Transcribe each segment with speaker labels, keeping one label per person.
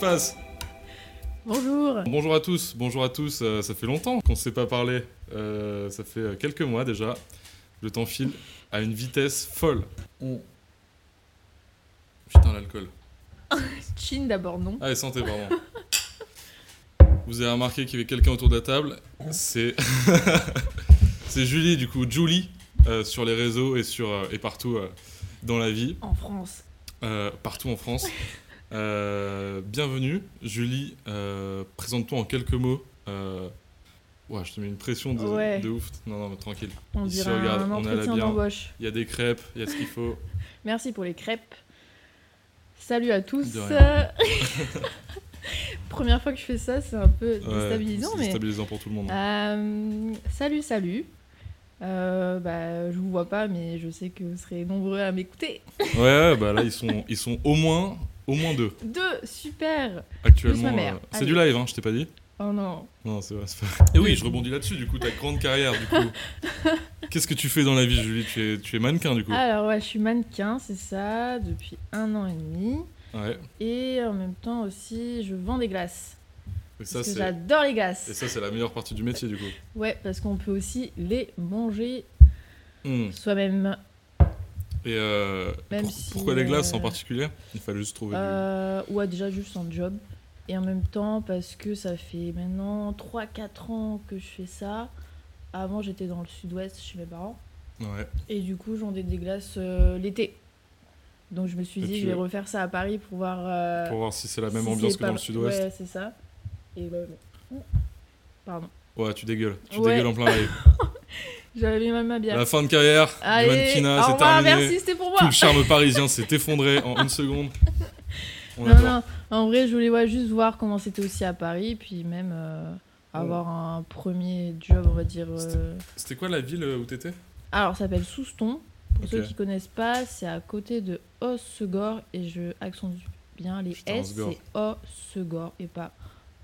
Speaker 1: passe
Speaker 2: Bonjour.
Speaker 1: Bonjour à tous, bonjour à tous. Euh, ça fait longtemps qu'on ne s'est pas parlé. Euh, ça fait euh, quelques mois déjà. Le temps file à une vitesse folle. On. Putain, l'alcool.
Speaker 2: Chin d'abord, non
Speaker 1: Allez, santé, pardon. Vous avez remarqué qu'il y avait quelqu'un autour de la table. C'est. C'est Julie, du coup, Julie, euh, sur les réseaux et, sur, euh, et partout euh, dans la vie.
Speaker 2: En France.
Speaker 1: euh, partout en France. Euh, bienvenue, Julie. euh, Présente-toi en quelques mots. euh, Ouais, je te mets une pression de,
Speaker 2: Ouais.
Speaker 1: de ouf. Non, non, mais tranquille.
Speaker 2: On
Speaker 1: Ici,
Speaker 2: dirait
Speaker 1: regarde,
Speaker 2: un
Speaker 1: on a la
Speaker 2: entretien
Speaker 1: bière.
Speaker 2: d'embauche.
Speaker 1: Il y a des crêpes, il y a ce qu'il faut.
Speaker 2: Merci pour les crêpes. Salut à tous.
Speaker 1: De rien.
Speaker 2: Euh, Première fois que je fais ça, c'est un peu
Speaker 1: Ouais,
Speaker 2: déstabilisant,
Speaker 1: c'est
Speaker 2: mais.
Speaker 1: Déstabilisant pour tout le monde. hein.
Speaker 2: Euh, salut, salut. Euh, bah, je vous vois pas, mais je sais que vous serez nombreux à m'écouter.
Speaker 1: Ouais, ouais, bah là, ils sont, ils sont au moins, au moins deux
Speaker 2: Deux, super. Plus
Speaker 1: actuellement.
Speaker 2: ma mère.
Speaker 1: c'est
Speaker 2: Allez.
Speaker 1: du live, hein, je t'ai pas dit.
Speaker 2: Oh non.
Speaker 1: Non, c'est vrai, c'est pas. Et oui, je rebondis là-dessus, du coup, ta grande carrière, du coup. Qu'est-ce que tu fais dans la vie, Julie tu es, tu es mannequin, du coup.
Speaker 2: Alors ouais, je suis mannequin, c'est ça, depuis un an et demi.
Speaker 1: Ouais.
Speaker 2: Et en même temps aussi, je vends des glaces.
Speaker 1: Et ça,
Speaker 2: Parce que
Speaker 1: c'est.
Speaker 2: j'adore les glaces.
Speaker 1: Et ça, c'est la meilleure partie du métier, du coup.
Speaker 2: Ouais, parce qu'on peut aussi les manger
Speaker 1: Hmm.
Speaker 2: soi-même.
Speaker 1: Et euh,
Speaker 2: Même
Speaker 1: pour-
Speaker 2: si,
Speaker 1: pourquoi les glaces en
Speaker 2: euh,
Speaker 1: particulier Il fallait juste trouver. du-
Speaker 2: Euh, ouais, déjà juste en job. Et en même temps, parce que ça fait maintenant 3-4 ans que je fais ça. Avant, j'étais dans le sud-ouest chez mes parents.
Speaker 1: Ouais.
Speaker 2: Et du coup, j'en ai des glaces euh, l'été. Donc je me suis
Speaker 1: Et
Speaker 2: dit,
Speaker 1: tu-
Speaker 2: je vais refaire ça à Paris pour voir... euh,
Speaker 1: Pour voir si c'est la même
Speaker 2: si
Speaker 1: ambiance
Speaker 2: c'est
Speaker 1: que dans
Speaker 2: pas-
Speaker 1: le sud-ouest.
Speaker 2: Ouais, c'est ça. Et bah, bon. Pardon.
Speaker 1: Ouais. tu dégueules. Tu
Speaker 2: Ouais.
Speaker 1: dégueules en plein live.
Speaker 2: J'avais mis mal ma bière.
Speaker 1: la fin de carrière, du
Speaker 2: Allez,
Speaker 1: mannequinat,
Speaker 2: au
Speaker 1: c'est
Speaker 2: revoir,
Speaker 1: terminé.
Speaker 2: merci, c'était pour moi.
Speaker 1: Tout le charme parisien s'est effondré en une seconde. On
Speaker 2: Non,
Speaker 1: adore.
Speaker 2: non, en vrai, je voulais ouais, juste voir comment c'était aussi à Paris, puis même euh, avoir un premier job, on va dire. euh.
Speaker 1: C'était quoi la ville euh, où t'étais
Speaker 2: Alors, ça s'appelle Souston. Pour
Speaker 1: Ok.
Speaker 2: ceux qui connaissent pas, c'est à côté de Osegor, et je accentue bien les
Speaker 1: Putain,
Speaker 2: S,
Speaker 1: Osegor.
Speaker 2: c'est Osegor, et pas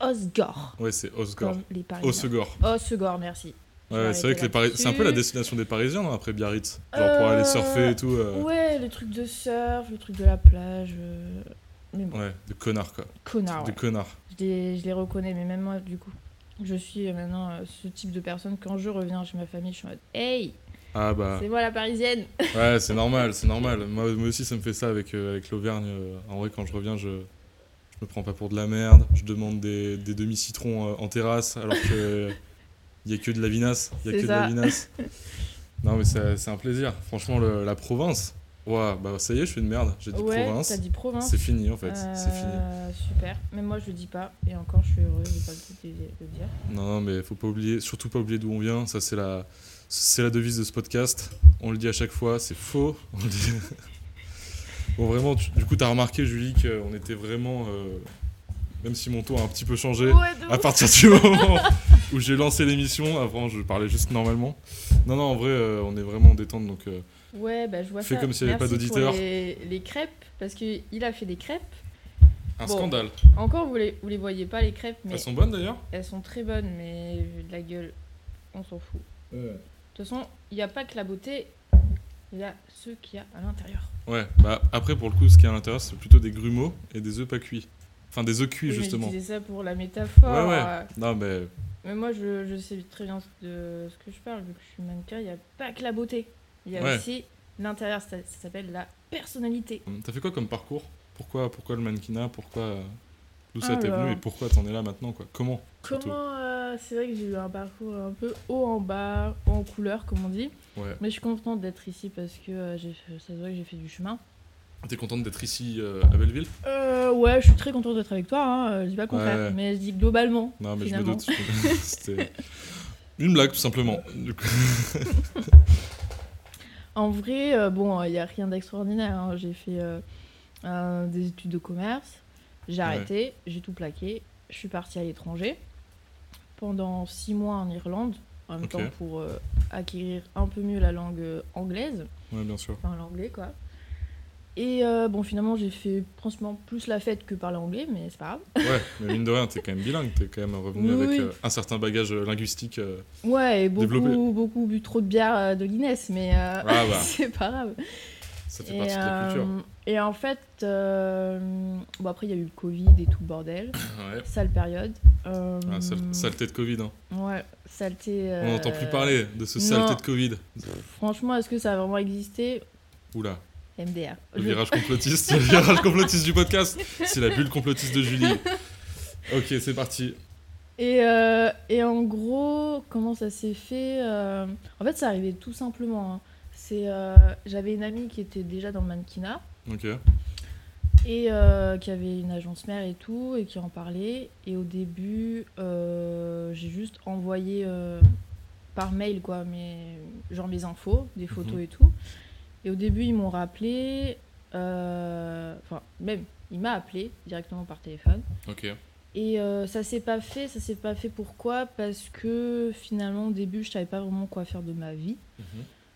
Speaker 2: Osgor,
Speaker 1: Ouais, c'est Osgore.
Speaker 2: comme les Parisiens.
Speaker 1: Osgore.
Speaker 2: Osegor, merci. Je vais
Speaker 1: Ouais, c'est vrai que
Speaker 2: arrêter
Speaker 1: les Paris... c'est un peu la
Speaker 2: là-dessus.
Speaker 1: destination des Parisiens non, après Biarritz. Genre
Speaker 2: Euh,
Speaker 1: pour aller surfer et tout. euh,
Speaker 2: Ouais, le truc de surf, le truc de la plage. euh, Mais bon,
Speaker 1: Ouais, de connards quoi.
Speaker 2: connard.
Speaker 1: De
Speaker 2: Ah ouais.
Speaker 1: connards.
Speaker 2: Je les, je les reconnais, mais même moi, du coup, je suis maintenant euh, ce type de personne. Quand je reviens chez ma famille, je suis en mode Hey,
Speaker 1: Ah bah.
Speaker 2: c'est moi la parisienne
Speaker 1: Ouais, c'est normal, c'est normal. Moi, moi aussi, ça me fait ça avec, euh, avec l'Auvergne. euh, En vrai, quand je reviens, je, je me prends pas pour de la merde. Je demande des, des demi-citrons euh, en terrasse, alors que il y a que de la vinasse. Il y a que
Speaker 2: C'est
Speaker 1: de la
Speaker 2: ça.
Speaker 1: vinasse. Non, mais ça- c'est un plaisir. Franchement, le- la province. Ouah, bah ça y est, je suis une merde. J'ai dit
Speaker 2: Ouais,
Speaker 1: province.
Speaker 2: t'as dit province.
Speaker 1: C'est fini en fait. C'est fini.
Speaker 2: Euh, Super. Mais moi, je le dis pas. Et encore, je suis heureuse de pas le de- de le dire.
Speaker 1: Non, non, mais faut pas oublier, surtout pas oublier d'où on vient. Ça, c'est la, c'est la devise de ce podcast. On le dit à chaque fois, c'est faux. On le dit- bon, vraiment, tu- du coup, t'as remarqué, Julie, qu'on était vraiment. euh, même si mon tour a un petit peu changé,
Speaker 2: Ouais, de
Speaker 1: à
Speaker 2: ouf.
Speaker 1: partir du moment où j'ai lancé l'émission, avant, je parlais juste normalement. Non, non, en vrai, euh, on est vraiment en détente, donc. euh,
Speaker 2: Ouais, bah, je vois
Speaker 1: Fais
Speaker 2: ça.
Speaker 1: comme s'il y avait pas
Speaker 2: Merci pour
Speaker 1: d'auditeur.
Speaker 2: Les, les crêpes, parce qu'il a fait des crêpes.
Speaker 1: un
Speaker 2: Bon.
Speaker 1: scandale.
Speaker 2: Encore, vous les, vous les voyez pas, les crêpes, mais
Speaker 1: Elles sont bonnes d'ailleurs
Speaker 2: elles sont très bonnes, mais vu de la gueule, on s'en fout. De toute façon, il n'y a pas que la beauté, il y a ce qu'il y a à l'intérieur.
Speaker 1: Ouais, bah après, pour le coup, ce qui est à l'intérieur, c'est plutôt des grumeaux et des œufs pas cuits. Enfin, des œufs cuits,
Speaker 2: Oui, mais
Speaker 1: justement.
Speaker 2: J'utilisais ça pour la métaphore.
Speaker 1: Ouais, ouais.
Speaker 2: euh,
Speaker 1: Non, mais.
Speaker 2: Mais moi, je, je sais très bien de ce que je parle, vu que je suis mannequin. Il n'y a pas que la beauté. Il y a
Speaker 1: Ouais.
Speaker 2: aussi l'intérieur. Ça, ça s'appelle la personnalité.
Speaker 1: Hum, T'as fait quoi comme parcours pourquoi, pourquoi le mannequinat Pourquoi euh, d'où ça
Speaker 2: Alors.
Speaker 1: t'est venu et pourquoi t'en es là maintenant quoi Comment surtout
Speaker 2: Comment. euh, c'est vrai que j'ai eu un parcours un peu haut en bas, haut en couleur, comme on dit.
Speaker 1: Ouais.
Speaker 2: Mais je suis contente d'être ici parce que euh, j'ai fait- ça se voit que j'ai fait du chemin.
Speaker 1: T'es contente d'être ici euh, à Belleville
Speaker 2: Euh, ouais, je suis très contente d'être avec toi. Hein, euh, je dis pas le contraire.
Speaker 1: Ouais.
Speaker 2: Mais je dis globalement.
Speaker 1: Non mais
Speaker 2: Finalement.
Speaker 1: je me doute. C'était une blague tout simplement. Du coup,
Speaker 2: En vrai, euh, bon, il n'y a rien d'extraordinaire. hein. J'ai fait euh, un- des études de commerce, j'ai arrêté, j'ai tout plaqué, je suis partie à l'étranger pendant six mois en Irlande, en même
Speaker 1: Ok.
Speaker 2: temps pour euh, acquérir un peu mieux la langue euh, anglaise,
Speaker 1: Ouais bien sûr.
Speaker 2: enfin l'anglais quoi. Et euh, bon, finalement, j'ai fait franchement plus la fête que parler anglais, mais c'est pas grave.
Speaker 1: Ouais mais mine de rien t'es quand même bilingue. T'es quand même revenu
Speaker 2: Oui,
Speaker 1: avec
Speaker 2: oui.
Speaker 1: euh, un certain bagage euh, linguistique. euh.
Speaker 2: Ouais, et beaucoup,
Speaker 1: Développé.
Speaker 2: beaucoup bu trop de bière euh, de Guinness, mais euh,
Speaker 1: Ah bah.
Speaker 2: c'est pas grave.
Speaker 1: Ça fait partie de la
Speaker 2: euh,
Speaker 1: culture.
Speaker 2: et en fait, euh, bon après il y a eu le Covid et tout le bordel,
Speaker 1: Ouais.
Speaker 2: sale période. Euh,
Speaker 1: Ah, sale- saleté de Covid. hein.
Speaker 2: Ouais, saleté.
Speaker 1: On n'entend plus
Speaker 2: euh,
Speaker 1: parler de ce
Speaker 2: non.
Speaker 1: saleté de Covid.
Speaker 2: Franchement, est-ce que ça a vraiment existé
Speaker 1: Oula,
Speaker 2: MDR.
Speaker 1: le
Speaker 2: Je-
Speaker 1: virage complotiste, le virage complotiste du podcast. C'est la bulle complotiste de Julie. Ok, c'est parti.
Speaker 2: Et, euh, et en gros, comment ça s'est fait euh, En fait, ça arrivait tout simplement. hein. C'est, euh, j'avais une amie qui était déjà dans le mannequinat
Speaker 1: Ok.
Speaker 2: et euh, qui avait une agence mère et tout et qui en parlait. Et au début, euh, j'ai juste envoyé euh, par mail quoi, mes, genre mes infos, des photos
Speaker 1: Mhm.
Speaker 2: et tout. Et au début, ils m'ont rappelé, euh, enfin même, il m'a appelé directement par téléphone.
Speaker 1: Ok.
Speaker 2: Et euh, ça s'est pas fait, ça s'est pas fait pourquoi Parce que finalement au début je savais pas vraiment quoi faire de ma vie,
Speaker 1: Mhm.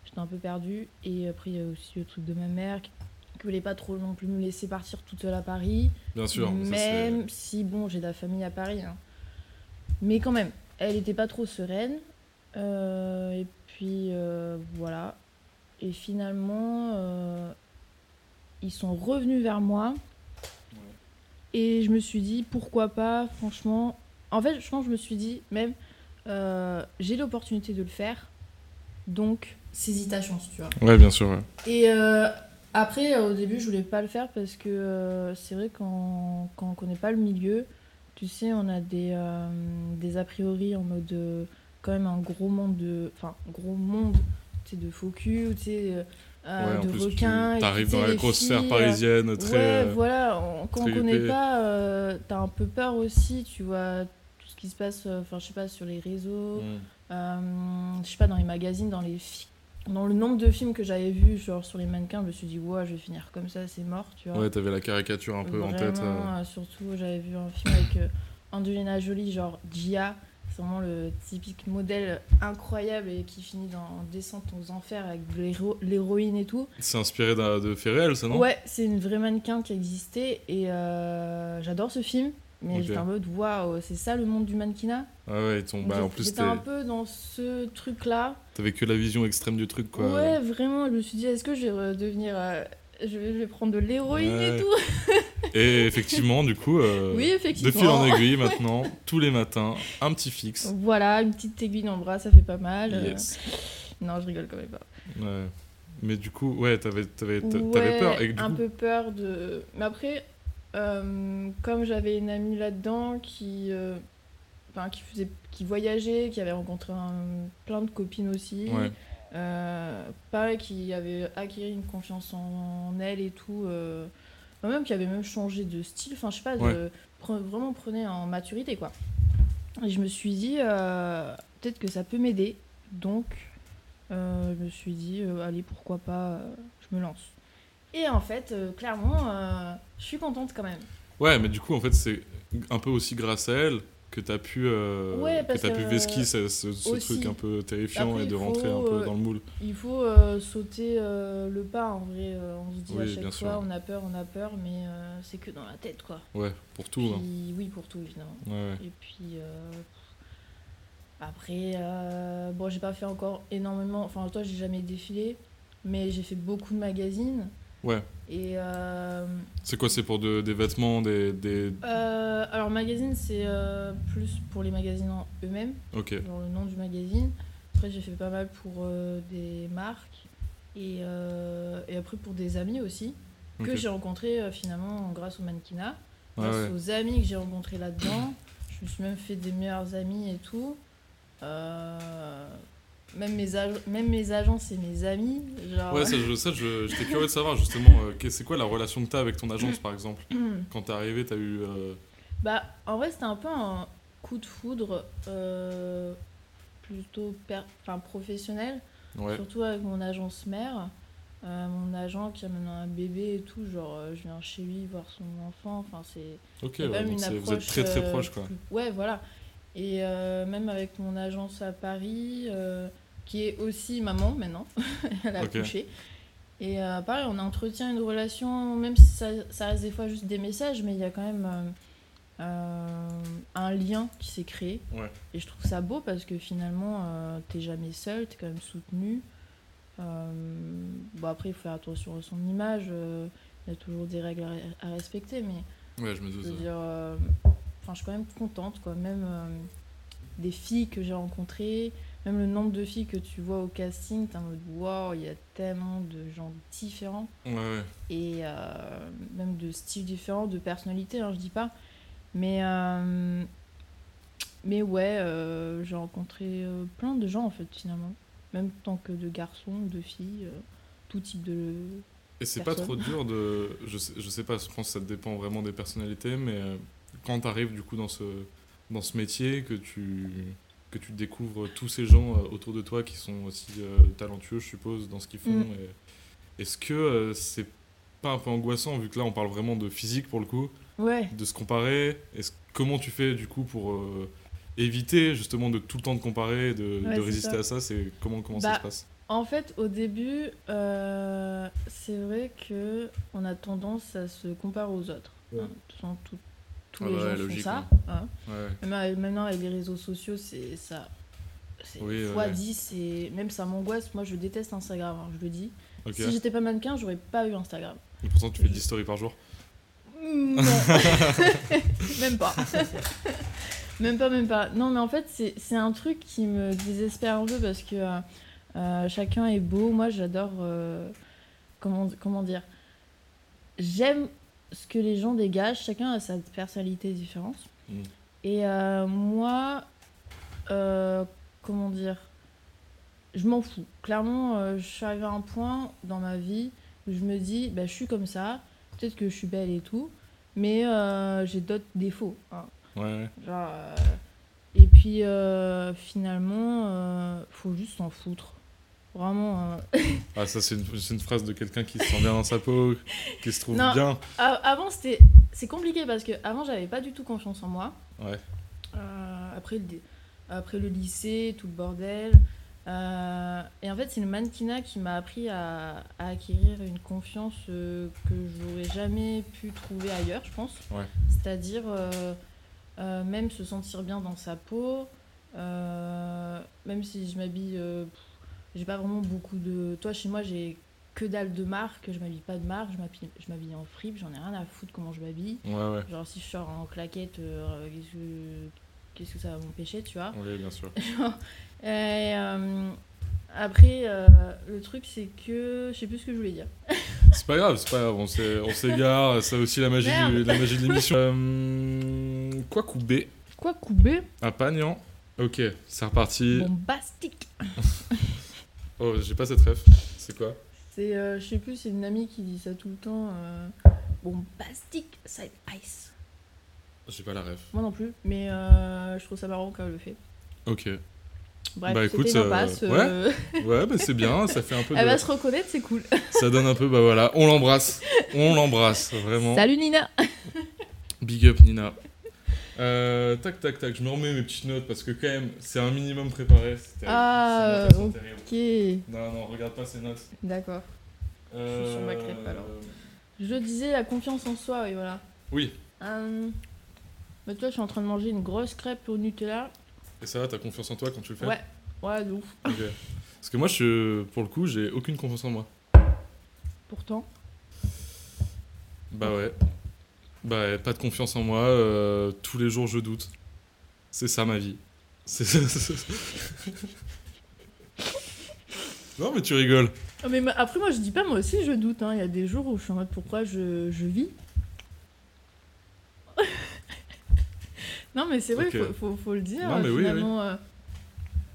Speaker 2: j'étais un peu perdue et après il y a aussi le truc de ma mère qui qui voulait pas trop non plus me laisser partir toute seule à Paris,
Speaker 1: Bien sûr. ça, c'est-
Speaker 2: même si bon j'ai de la famille à Paris, hein. mais quand même elle était pas trop sereine Euh, et puis euh, voilà et finalement euh, ils sont revenus vers moi et je me suis dit, pourquoi pas, franchement. En fait, je pense que je me suis dit, même, euh, j'ai l'opportunité de le faire. Donc, saisis ta chance, tu vois.
Speaker 1: Ouais, bien sûr. ouais.
Speaker 2: Et euh, après, euh, au début, je voulais pas le faire parce que euh, c'est vrai, quand, quand on connaît pas le milieu, tu sais, on a des, euh, des a priori en mode euh, quand même un gros monde de. Enfin, gros monde, tu sais, de faux culs, tu sais, euh,
Speaker 1: Ouais, en
Speaker 2: de
Speaker 1: plus, tu
Speaker 2: requins. et puis,
Speaker 1: t'arrives
Speaker 2: tu sais,
Speaker 1: dans la
Speaker 2: les
Speaker 1: grosse
Speaker 2: filles,
Speaker 1: sphère
Speaker 2: euh,
Speaker 1: parisienne, très.
Speaker 2: ouais,
Speaker 1: euh,
Speaker 2: voilà, on- quand on
Speaker 1: très
Speaker 2: connaît
Speaker 1: huppé.
Speaker 2: pas, euh, t'as un peu peur aussi, tu vois, tout ce qui se passe, euh, enfin, je sais pas, sur les réseaux,
Speaker 1: mm.
Speaker 2: euh, je sais pas, dans les magazines, dans les films. Dans le nombre de films que j'avais vus, genre sur les mannequins, je me suis dit, ouais, je vais finir comme ça, c'est mort, tu vois.
Speaker 1: Ouais, t'avais la caricature un peu en tête.
Speaker 2: Vraiment,
Speaker 1: euh.
Speaker 2: euh, surtout, j'avais vu un film avec euh, Angelina Jolie, genre Gia, c'est vraiment le typique modèle incroyable et qui finit dans, en descente aux enfers avec de l'héro- l'héroïne et tout.
Speaker 1: C'est inspiré d'un- de faits réels, ça, non
Speaker 2: Ouais, c'est une vraie mannequin qui existait et euh, j'adore ce film. Mais
Speaker 1: Ok.
Speaker 2: j'étais en mode waouh, c'est ça le monde du mannequinat.
Speaker 1: Ouais, ouais, ils t'ont-
Speaker 2: Donc,
Speaker 1: bah, en
Speaker 2: j'ai-
Speaker 1: plus,
Speaker 2: j'étais
Speaker 1: t'es-
Speaker 2: un peu dans ce truc là.
Speaker 1: t'avais que la vision extrême du truc, quoi.
Speaker 2: Ouais, vraiment, je me suis dit est-ce que je vais redevenir, euh, je, vais, je vais prendre de l'héroïne
Speaker 1: Ouais.
Speaker 2: et tout.
Speaker 1: Et effectivement, du coup, euh,
Speaker 2: oui,
Speaker 1: de fil en
Speaker 2: effectivement.
Speaker 1: aiguille maintenant, tous les matins, un petit fixe.
Speaker 2: Voilà, une petite aiguille dans le bras, ça fait pas mal. Euh,
Speaker 1: Yes.
Speaker 2: Non, je rigole quand même pas.
Speaker 1: Ouais. Mais du coup, ouais, t'avais t'avais- t'a-
Speaker 2: Ouais,
Speaker 1: t'avais peur. Et du
Speaker 2: un
Speaker 1: coup-
Speaker 2: peu peur de. Mais après, euh, comme j'avais une amie là-dedans qui, euh, enfin, qui faisait, qui voyageait, qui avait rencontré un- plein de copines aussi,
Speaker 1: Ouais.
Speaker 2: euh, pareil, qui avait acquis une confiance en, en elle et tout, euh, enfin, même qui avait même changé de style. Enfin, je sais pas, de-
Speaker 1: Ouais.
Speaker 2: pre- vraiment prenait en maturité quoi. Et je me suis dit, euh, peut-être que ça peut m'aider, donc. Euh, je me suis dit, euh, allez, pourquoi pas, euh, je me lance. Et en fait, euh, clairement, euh, je suis contente quand même.
Speaker 1: Ouais, mais du coup, en fait, c'est un peu aussi grâce à elle que t'as pu, euh,
Speaker 2: Ouais,
Speaker 1: que
Speaker 2: parce
Speaker 1: t'as pu
Speaker 2: que,
Speaker 1: vesquer ce, ce- ce
Speaker 2: aussi,
Speaker 1: truc un peu terrifiant
Speaker 2: après,
Speaker 1: et de
Speaker 2: il faut,
Speaker 1: rentrer un peu
Speaker 2: euh,
Speaker 1: dans le moule.
Speaker 2: Il faut euh, sauter euh, le pas, en vrai. euh, on se dit à
Speaker 1: Oui, bien
Speaker 2: chaque
Speaker 1: sûr.
Speaker 2: fois, on a peur, on a peur, mais euh, c'est que dans la tête, quoi.
Speaker 1: Ouais, pour tout. hein.
Speaker 2: Puis- oui, pour tout, évidemment.
Speaker 1: Ouais, ouais.
Speaker 2: Et puis, euh, après, euh, bon, j'ai pas fait encore énormément. Enfin, toi, j'ai jamais défilé, mais j'ai fait beaucoup de magazines.
Speaker 1: Ouais.
Speaker 2: Et euh,
Speaker 1: C'est quoi C'est pour de- des vêtements, des, des...
Speaker 2: euh, alors, magazine, c'est euh, plus pour les magazines en eux-mêmes.
Speaker 1: Ok.
Speaker 2: dans le nom du magazine. Après, j'ai fait pas mal pour euh, des marques et, euh, et après pour des amis aussi, que
Speaker 1: ok.
Speaker 2: j'ai rencontrés euh, finalement grâce au mannequinat,
Speaker 1: Ouais,
Speaker 2: grâce
Speaker 1: ouais.
Speaker 2: aux amis que j'ai rencontrés là-dedans. je me suis même fait des meilleurs amis et tout. Euh, même, mes ag- même mes agents, c'est mes amis. Genre...
Speaker 1: Ouais, ça, je, ça, je- j'étais curieux de savoir justement, euh, que- c'est quoi la relation que t'as avec ton agence par exemple
Speaker 2: Hmm.
Speaker 1: Quand t'es arrivé, t'as eu. euh,
Speaker 2: Bah, en vrai, c'était un peu un coup de foudre euh, plutôt per- enfin, professionnel.
Speaker 1: Ouais,
Speaker 2: Surtout avec mon agence mère, euh, mon agent qui a maintenant un bébé et tout, genre euh, je viens chez lui voir son enfant, enfin c'est
Speaker 1: ok,
Speaker 2: c'est
Speaker 1: ouais,
Speaker 2: quand même
Speaker 1: donc
Speaker 2: une
Speaker 1: c'est-
Speaker 2: approche.
Speaker 1: vous êtes très très
Speaker 2: euh,
Speaker 1: proche quoi.
Speaker 2: plus- Ouais, voilà. Et euh, même avec mon agence à Paris, euh, qui est aussi maman maintenant, elle a
Speaker 1: Ok.
Speaker 2: couché. Et euh, pareil, on entretient une relation, même si ça, ça reste des fois juste des messages, mais il y a quand même euh, euh, un lien qui s'est créé.
Speaker 1: Ouais.
Speaker 2: Et je trouve ça beau parce que finalement, euh, t'es jamais seul, t'es quand même soutenu. Euh, bon, après, il faut faire attention à son image. euh, Il y a toujours des règles à, re- à respecter, mais
Speaker 1: Ouais, je me doute.
Speaker 2: je veux
Speaker 1: ouais.
Speaker 2: dire, euh, enfin, je suis quand même contente, quoi. Même euh, des filles que j'ai rencontrées, même le nombre de filles que tu vois au casting, t'es en mode waouh, il y a tellement de gens différents
Speaker 1: Ouais, ouais.
Speaker 2: et euh, même de styles différents, de personnalités, hein, je dis pas. Mais, euh, mais ouais, euh, j'ai rencontré euh, plein de gens en fait, finalement. Même tant que de garçons, de filles, euh, tout type de.
Speaker 1: Et c'est pas trop
Speaker 2: Personne.
Speaker 1: dur de. Je sais, je sais pas, je pense que ça dépend vraiment des personnalités, mais euh, quand t'arrives du coup dans ce, dans ce métier, que tu, que tu découvres tous ces gens euh, autour de toi qui sont aussi euh, talentueux, je suppose, dans ce qu'ils font,
Speaker 2: Mm.
Speaker 1: et- est-ce que euh, c'est pas un peu angoissant, vu que là on parle vraiment de physique pour le coup,
Speaker 2: Ouais,
Speaker 1: de se comparer est-ce, Comment tu fais du coup pour euh, éviter justement de tout le temps te comparer, de,
Speaker 2: Ouais,
Speaker 1: de
Speaker 2: c'est
Speaker 1: résister
Speaker 2: ça.
Speaker 1: à ça c'est, Comment, comment
Speaker 2: Bah,
Speaker 1: ça se passe
Speaker 2: en fait, au début, euh, c'est vrai que on a tendance à se comparer aux autres.
Speaker 1: Ouais.
Speaker 2: Hein, tout- tout- tous
Speaker 1: Ah
Speaker 2: les
Speaker 1: bah
Speaker 2: gens
Speaker 1: ouais,
Speaker 2: font
Speaker 1: logique,
Speaker 2: ça. hein.
Speaker 1: Ouais.
Speaker 2: Même avec- maintenant avec les réseaux sociaux, c'est ça. C'est
Speaker 1: Oui,
Speaker 2: x
Speaker 1: ouais.
Speaker 2: 10 et même ça m'angoisse. Moi, je déteste Instagram, hein, je le dis.
Speaker 1: Ok.
Speaker 2: Si j'étais pas mannequin, j'aurais pas eu Instagram.
Speaker 1: Et pourtant tu fais 10 stories par jour.
Speaker 2: Mm, Non. même pas. même pas, même pas. Non, mais en fait, c'est c'est un truc qui me désespère un peu parce que euh, euh, chacun est beau. Moi, j'adore. euh, comment, comment dire J'aime ce que les gens dégagent. Chacun a sa personnalité différente.
Speaker 1: Mm.
Speaker 2: Et euh, moi, euh, comment dire Je m'en fous. Clairement, euh, je suis arrivée à un point dans ma vie où je me dis bah, je suis comme ça. Peut-être que je suis belle et tout, mais euh, j'ai d'autres défauts. hein.
Speaker 1: Ouais, ouais.
Speaker 2: Genre, euh, Et puis euh, finalement, euh, faut juste s'en foutre. Vraiment. euh.
Speaker 1: Ah, ça, c'est une, c'est une phrase de quelqu'un qui se sent bien dans sa peau, qui se trouve
Speaker 2: Non.
Speaker 1: bien.
Speaker 2: A- Avant, c'était. C'est compliqué parce que avant, j'avais pas du tout confiance en moi.
Speaker 1: Ouais.
Speaker 2: Euh, après, le... dé- après le lycée, tout le bordel. Euh, et en fait, c'est le mannequinat qui m'a appris à, à acquérir une confiance euh, que j'aurais jamais pu trouver ailleurs, je pense.
Speaker 1: Ouais.
Speaker 2: C'est-à-dire euh, euh, même se sentir bien dans sa peau, euh, même si je m'habille, euh, pff, j'ai pas vraiment beaucoup de. Toi, chez moi, j'ai que dalle de marque, je m'habille pas de marque, je m'habille- je m'habille en fripe, j'en ai rien à foutre comment je m'habille.
Speaker 1: Ouais, ouais.
Speaker 2: Genre, si je sors en claquette, euh, qu'est-ce que- qu'est-ce que ça va m'empêcher, tu vois
Speaker 1: Oui, bien sûr.
Speaker 2: et, euh, après, euh, le truc, c'est que. Je sais plus ce que je voulais dire.
Speaker 1: C'est pas grave, c'est pas grave, on s'é- on s'égare, c'est aussi la magie,
Speaker 2: Merde.
Speaker 1: du- la magie de l'émission. Euh, quoi couper
Speaker 2: Quoi couper
Speaker 1: À Pagnan. Ok, c'est reparti.
Speaker 2: Bombastique
Speaker 1: Oh, j'ai pas cette ref. C'est quoi
Speaker 2: C'est. euh, je sais plus, c'est une amie qui dit ça tout le temps. euh, Bombastique side ice.
Speaker 1: J'ai pas la ref.
Speaker 2: Moi non plus, mais euh, je trouve ça marrant quand elle le fait.
Speaker 1: Ok.
Speaker 2: Bref,
Speaker 1: Bah, écoute,
Speaker 2: c'était
Speaker 1: euh,
Speaker 2: l'impasse,
Speaker 1: ouais,
Speaker 2: euh,
Speaker 1: Ouais, bah c'est bien, ça fait un peu de...
Speaker 2: Elle va se reconnaître, c'est cool.
Speaker 1: Ça donne un peu, bah voilà, on l'embrasse. On l'embrasse, vraiment.
Speaker 2: Salut Nina
Speaker 1: Big up Nina. Euh, tac tac tac, je me remets mes petites notes parce que quand même c'est un minimum préparé. c'est terrible.
Speaker 2: Ah,
Speaker 1: Ces notes, elles sont
Speaker 2: ok.
Speaker 1: terribles.
Speaker 2: Ok,
Speaker 1: Non non, regarde pas ces notes.
Speaker 2: d'accord.
Speaker 1: Euh,
Speaker 2: sur ma crêpe, alors. Je disais la confiance en soi, oui, voilà.
Speaker 1: Oui.
Speaker 2: Euh, bah, tu vois, je suis en train de manger une grosse crêpe au Nutella.
Speaker 1: Et ça va, t'as confiance en toi quand tu le fais
Speaker 2: Ouais, ouais, de ouf.
Speaker 1: Ok. Parce que moi, je, pour le coup, j'ai aucune confiance en moi.
Speaker 2: Pourtant,
Speaker 1: Bah ouais. Bah ouais, pas de confiance en moi. euh, tous les jours, je doute. C'est ça ma vie. C'est non mais tu rigoles.
Speaker 2: Ah, mais ma- après, moi, je dis pas, moi aussi, je doute. hein. Il y a des jours où je suis en mode pourquoi je, je vis. non, mais c'est vrai,
Speaker 1: Ok.
Speaker 2: faut, faut- faut le dire.
Speaker 1: Non, mais oui,
Speaker 2: finalement, euh,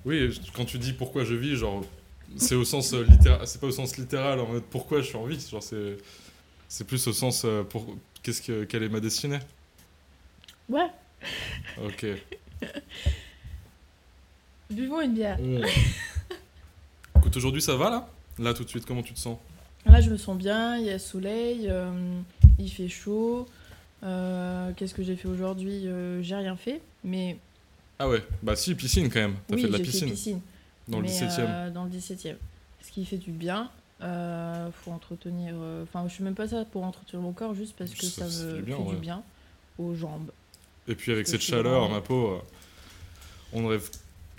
Speaker 1: Oui, je- quand tu dis pourquoi je vis, genre, c'est au sens euh, littéral, c'est pas au sens littéral en mode pourquoi je suis en vie, genre c'est, c'est plus au sens euh, pour qu'est-ce que quelle est ma destinée.
Speaker 2: Ouais,
Speaker 1: Ok.
Speaker 2: buvons une bière.
Speaker 1: Mm. Écoute, aujourd'hui ça va là Là tout de suite, comment tu te sens
Speaker 2: Là, je me sens bien, il y a soleil, euh, il fait chaud. Euh, Qu'est-ce que j'ai fait aujourd'hui Euh, J'ai rien fait, mais
Speaker 1: Ah ouais, bah si piscine quand même. T'as
Speaker 2: oui,
Speaker 1: fait de la
Speaker 2: j'ai fait
Speaker 1: piscine
Speaker 2: piscine.
Speaker 1: dans le
Speaker 2: mais,
Speaker 1: 17e.
Speaker 2: euh, dans le 17e. Ce qui fait du bien. Euh, faut entretenir. euh, Enfin, je fais même pas ça pour entretenir mon corps, juste parce que
Speaker 1: Ça
Speaker 2: ça,
Speaker 1: fait
Speaker 2: me
Speaker 1: du bien,
Speaker 2: fait
Speaker 1: ouais.
Speaker 2: du bien aux jambes.
Speaker 1: Et puis avec
Speaker 2: que
Speaker 1: cette
Speaker 2: euh, je suis dans
Speaker 1: chaleur,
Speaker 2: la-
Speaker 1: ma peau, euh, on ne rêve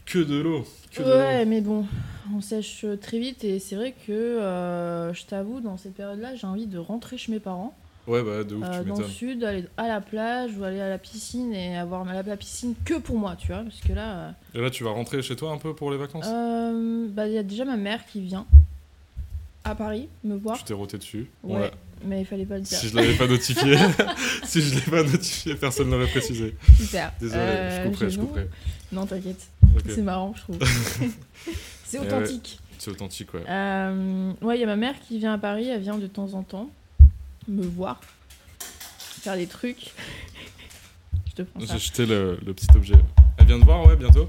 Speaker 1: que de l'eau. Que de
Speaker 2: ouais, mais bon, on sèche très vite et c'est vrai que euh, je t'avoue, dans cette période-là, j'ai envie de rentrer chez mes parents.
Speaker 1: Ouais, bah de ouf,
Speaker 2: euh,
Speaker 1: tu
Speaker 2: dans le
Speaker 1: m'étonnes.
Speaker 2: sud, aller à la plage ou aller à la piscine et avoir la, la piscine que pour moi, tu vois. Parce que là,
Speaker 1: Et là, tu vas rentrer chez toi un peu pour les vacances
Speaker 2: euh, bah, il y a déjà ma mère qui vient à Paris me voir.
Speaker 1: Tu t'es roté dessus
Speaker 2: Ouais, mais il fallait pas le dire.
Speaker 1: Si je l'avais pas notifié, si je l'ai pas notifié, personne n'aurait précisé.
Speaker 2: Super.
Speaker 1: Désolé,
Speaker 2: Euh,
Speaker 1: je couperai,
Speaker 2: j'ai
Speaker 1: je
Speaker 2: bon.
Speaker 1: couperai.
Speaker 2: Non, t'inquiète.
Speaker 1: Ok.
Speaker 2: C'est marrant, je trouve. c'est
Speaker 1: Eh ouais.
Speaker 2: authentique.
Speaker 1: C'est authentique, ouais.
Speaker 2: Euh, ouais, il y a ma mère qui vient à Paris, elle vient de temps en temps me voir, faire des trucs. je te prends ça.
Speaker 1: J'ai jeté le, le petit objet. Elle vient de voir, ouais, bientôt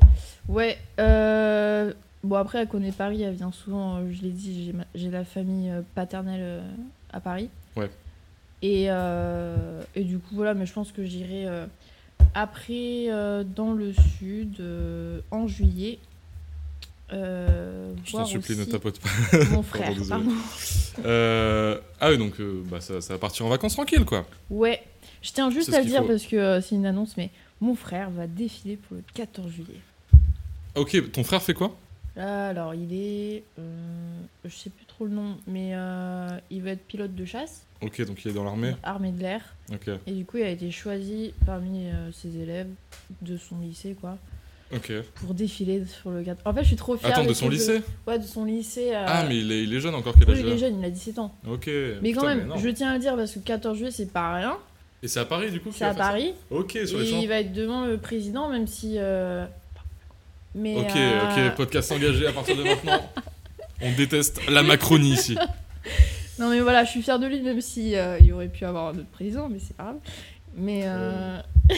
Speaker 2: Ouais, euh, bon après elle connaît Paris, elle vient souvent, euh, je l'ai dit, j'ai ma- j'ai la famille euh, paternelle euh, à Paris.
Speaker 1: Ouais.
Speaker 2: Et, euh, et du coup voilà, mais je pense que j'irai euh, après euh, dans le sud euh, en juillet. euh,
Speaker 1: Je t'en
Speaker 2: voir
Speaker 1: supplie, ne
Speaker 2: aussi
Speaker 1: tapote pas.
Speaker 2: mon frère,
Speaker 1: désolé.
Speaker 2: pardon.
Speaker 1: Euh, ah oui, donc euh, bah, ça, ça va partir en vacances tranquille, quoi.
Speaker 2: Ouais, je tiens juste
Speaker 1: C'est ce
Speaker 2: à le
Speaker 1: qu'il
Speaker 2: dire
Speaker 1: faut.
Speaker 2: parce que euh, c'est une annonce, mais mon frère va défiler pour le 14 juillet.
Speaker 1: Ok, ton frère fait quoi
Speaker 2: Là, alors, il est. euh, je sais plus trop le nom, mais euh, il veut être pilote de chasse,
Speaker 1: Ok, donc il est dans l'armée.
Speaker 2: armée de l'air.
Speaker 1: Ok,
Speaker 2: Et du coup, il a été choisi parmi euh, ses élèves de son lycée, quoi,
Speaker 1: ok.
Speaker 2: pour défiler sur le 4. En fait, je suis trop fière.
Speaker 1: Attends, de
Speaker 2: parce
Speaker 1: son
Speaker 2: que-
Speaker 1: lycée
Speaker 2: Ouais, de son lycée. euh,
Speaker 1: Ah, mais il est, il est jeune encore, quel
Speaker 2: oui,
Speaker 1: âge
Speaker 2: il
Speaker 1: il a
Speaker 2: est jeune, il a 17 ans.
Speaker 1: Ok.
Speaker 2: Mais quand
Speaker 1: putain,
Speaker 2: même,
Speaker 1: énorme.
Speaker 2: je tiens à le dire parce que 14 juillet, c'est pas rien.
Speaker 1: Et c'est à Paris, du coup qu'il
Speaker 2: C'est
Speaker 1: va
Speaker 2: à
Speaker 1: faire ça
Speaker 2: Paris.
Speaker 1: Ok, sur les
Speaker 2: Et
Speaker 1: champs.
Speaker 2: il va être devant le président, même si. euh, Mais.
Speaker 1: Ok,
Speaker 2: euh,
Speaker 1: ok, podcast engagé à partir de maintenant. On déteste la Macronie ici.
Speaker 2: Non mais voilà, je suis fière de lui, même si euh, il aurait pu avoir un autre président, mais c'est pas grave. Mais, euh,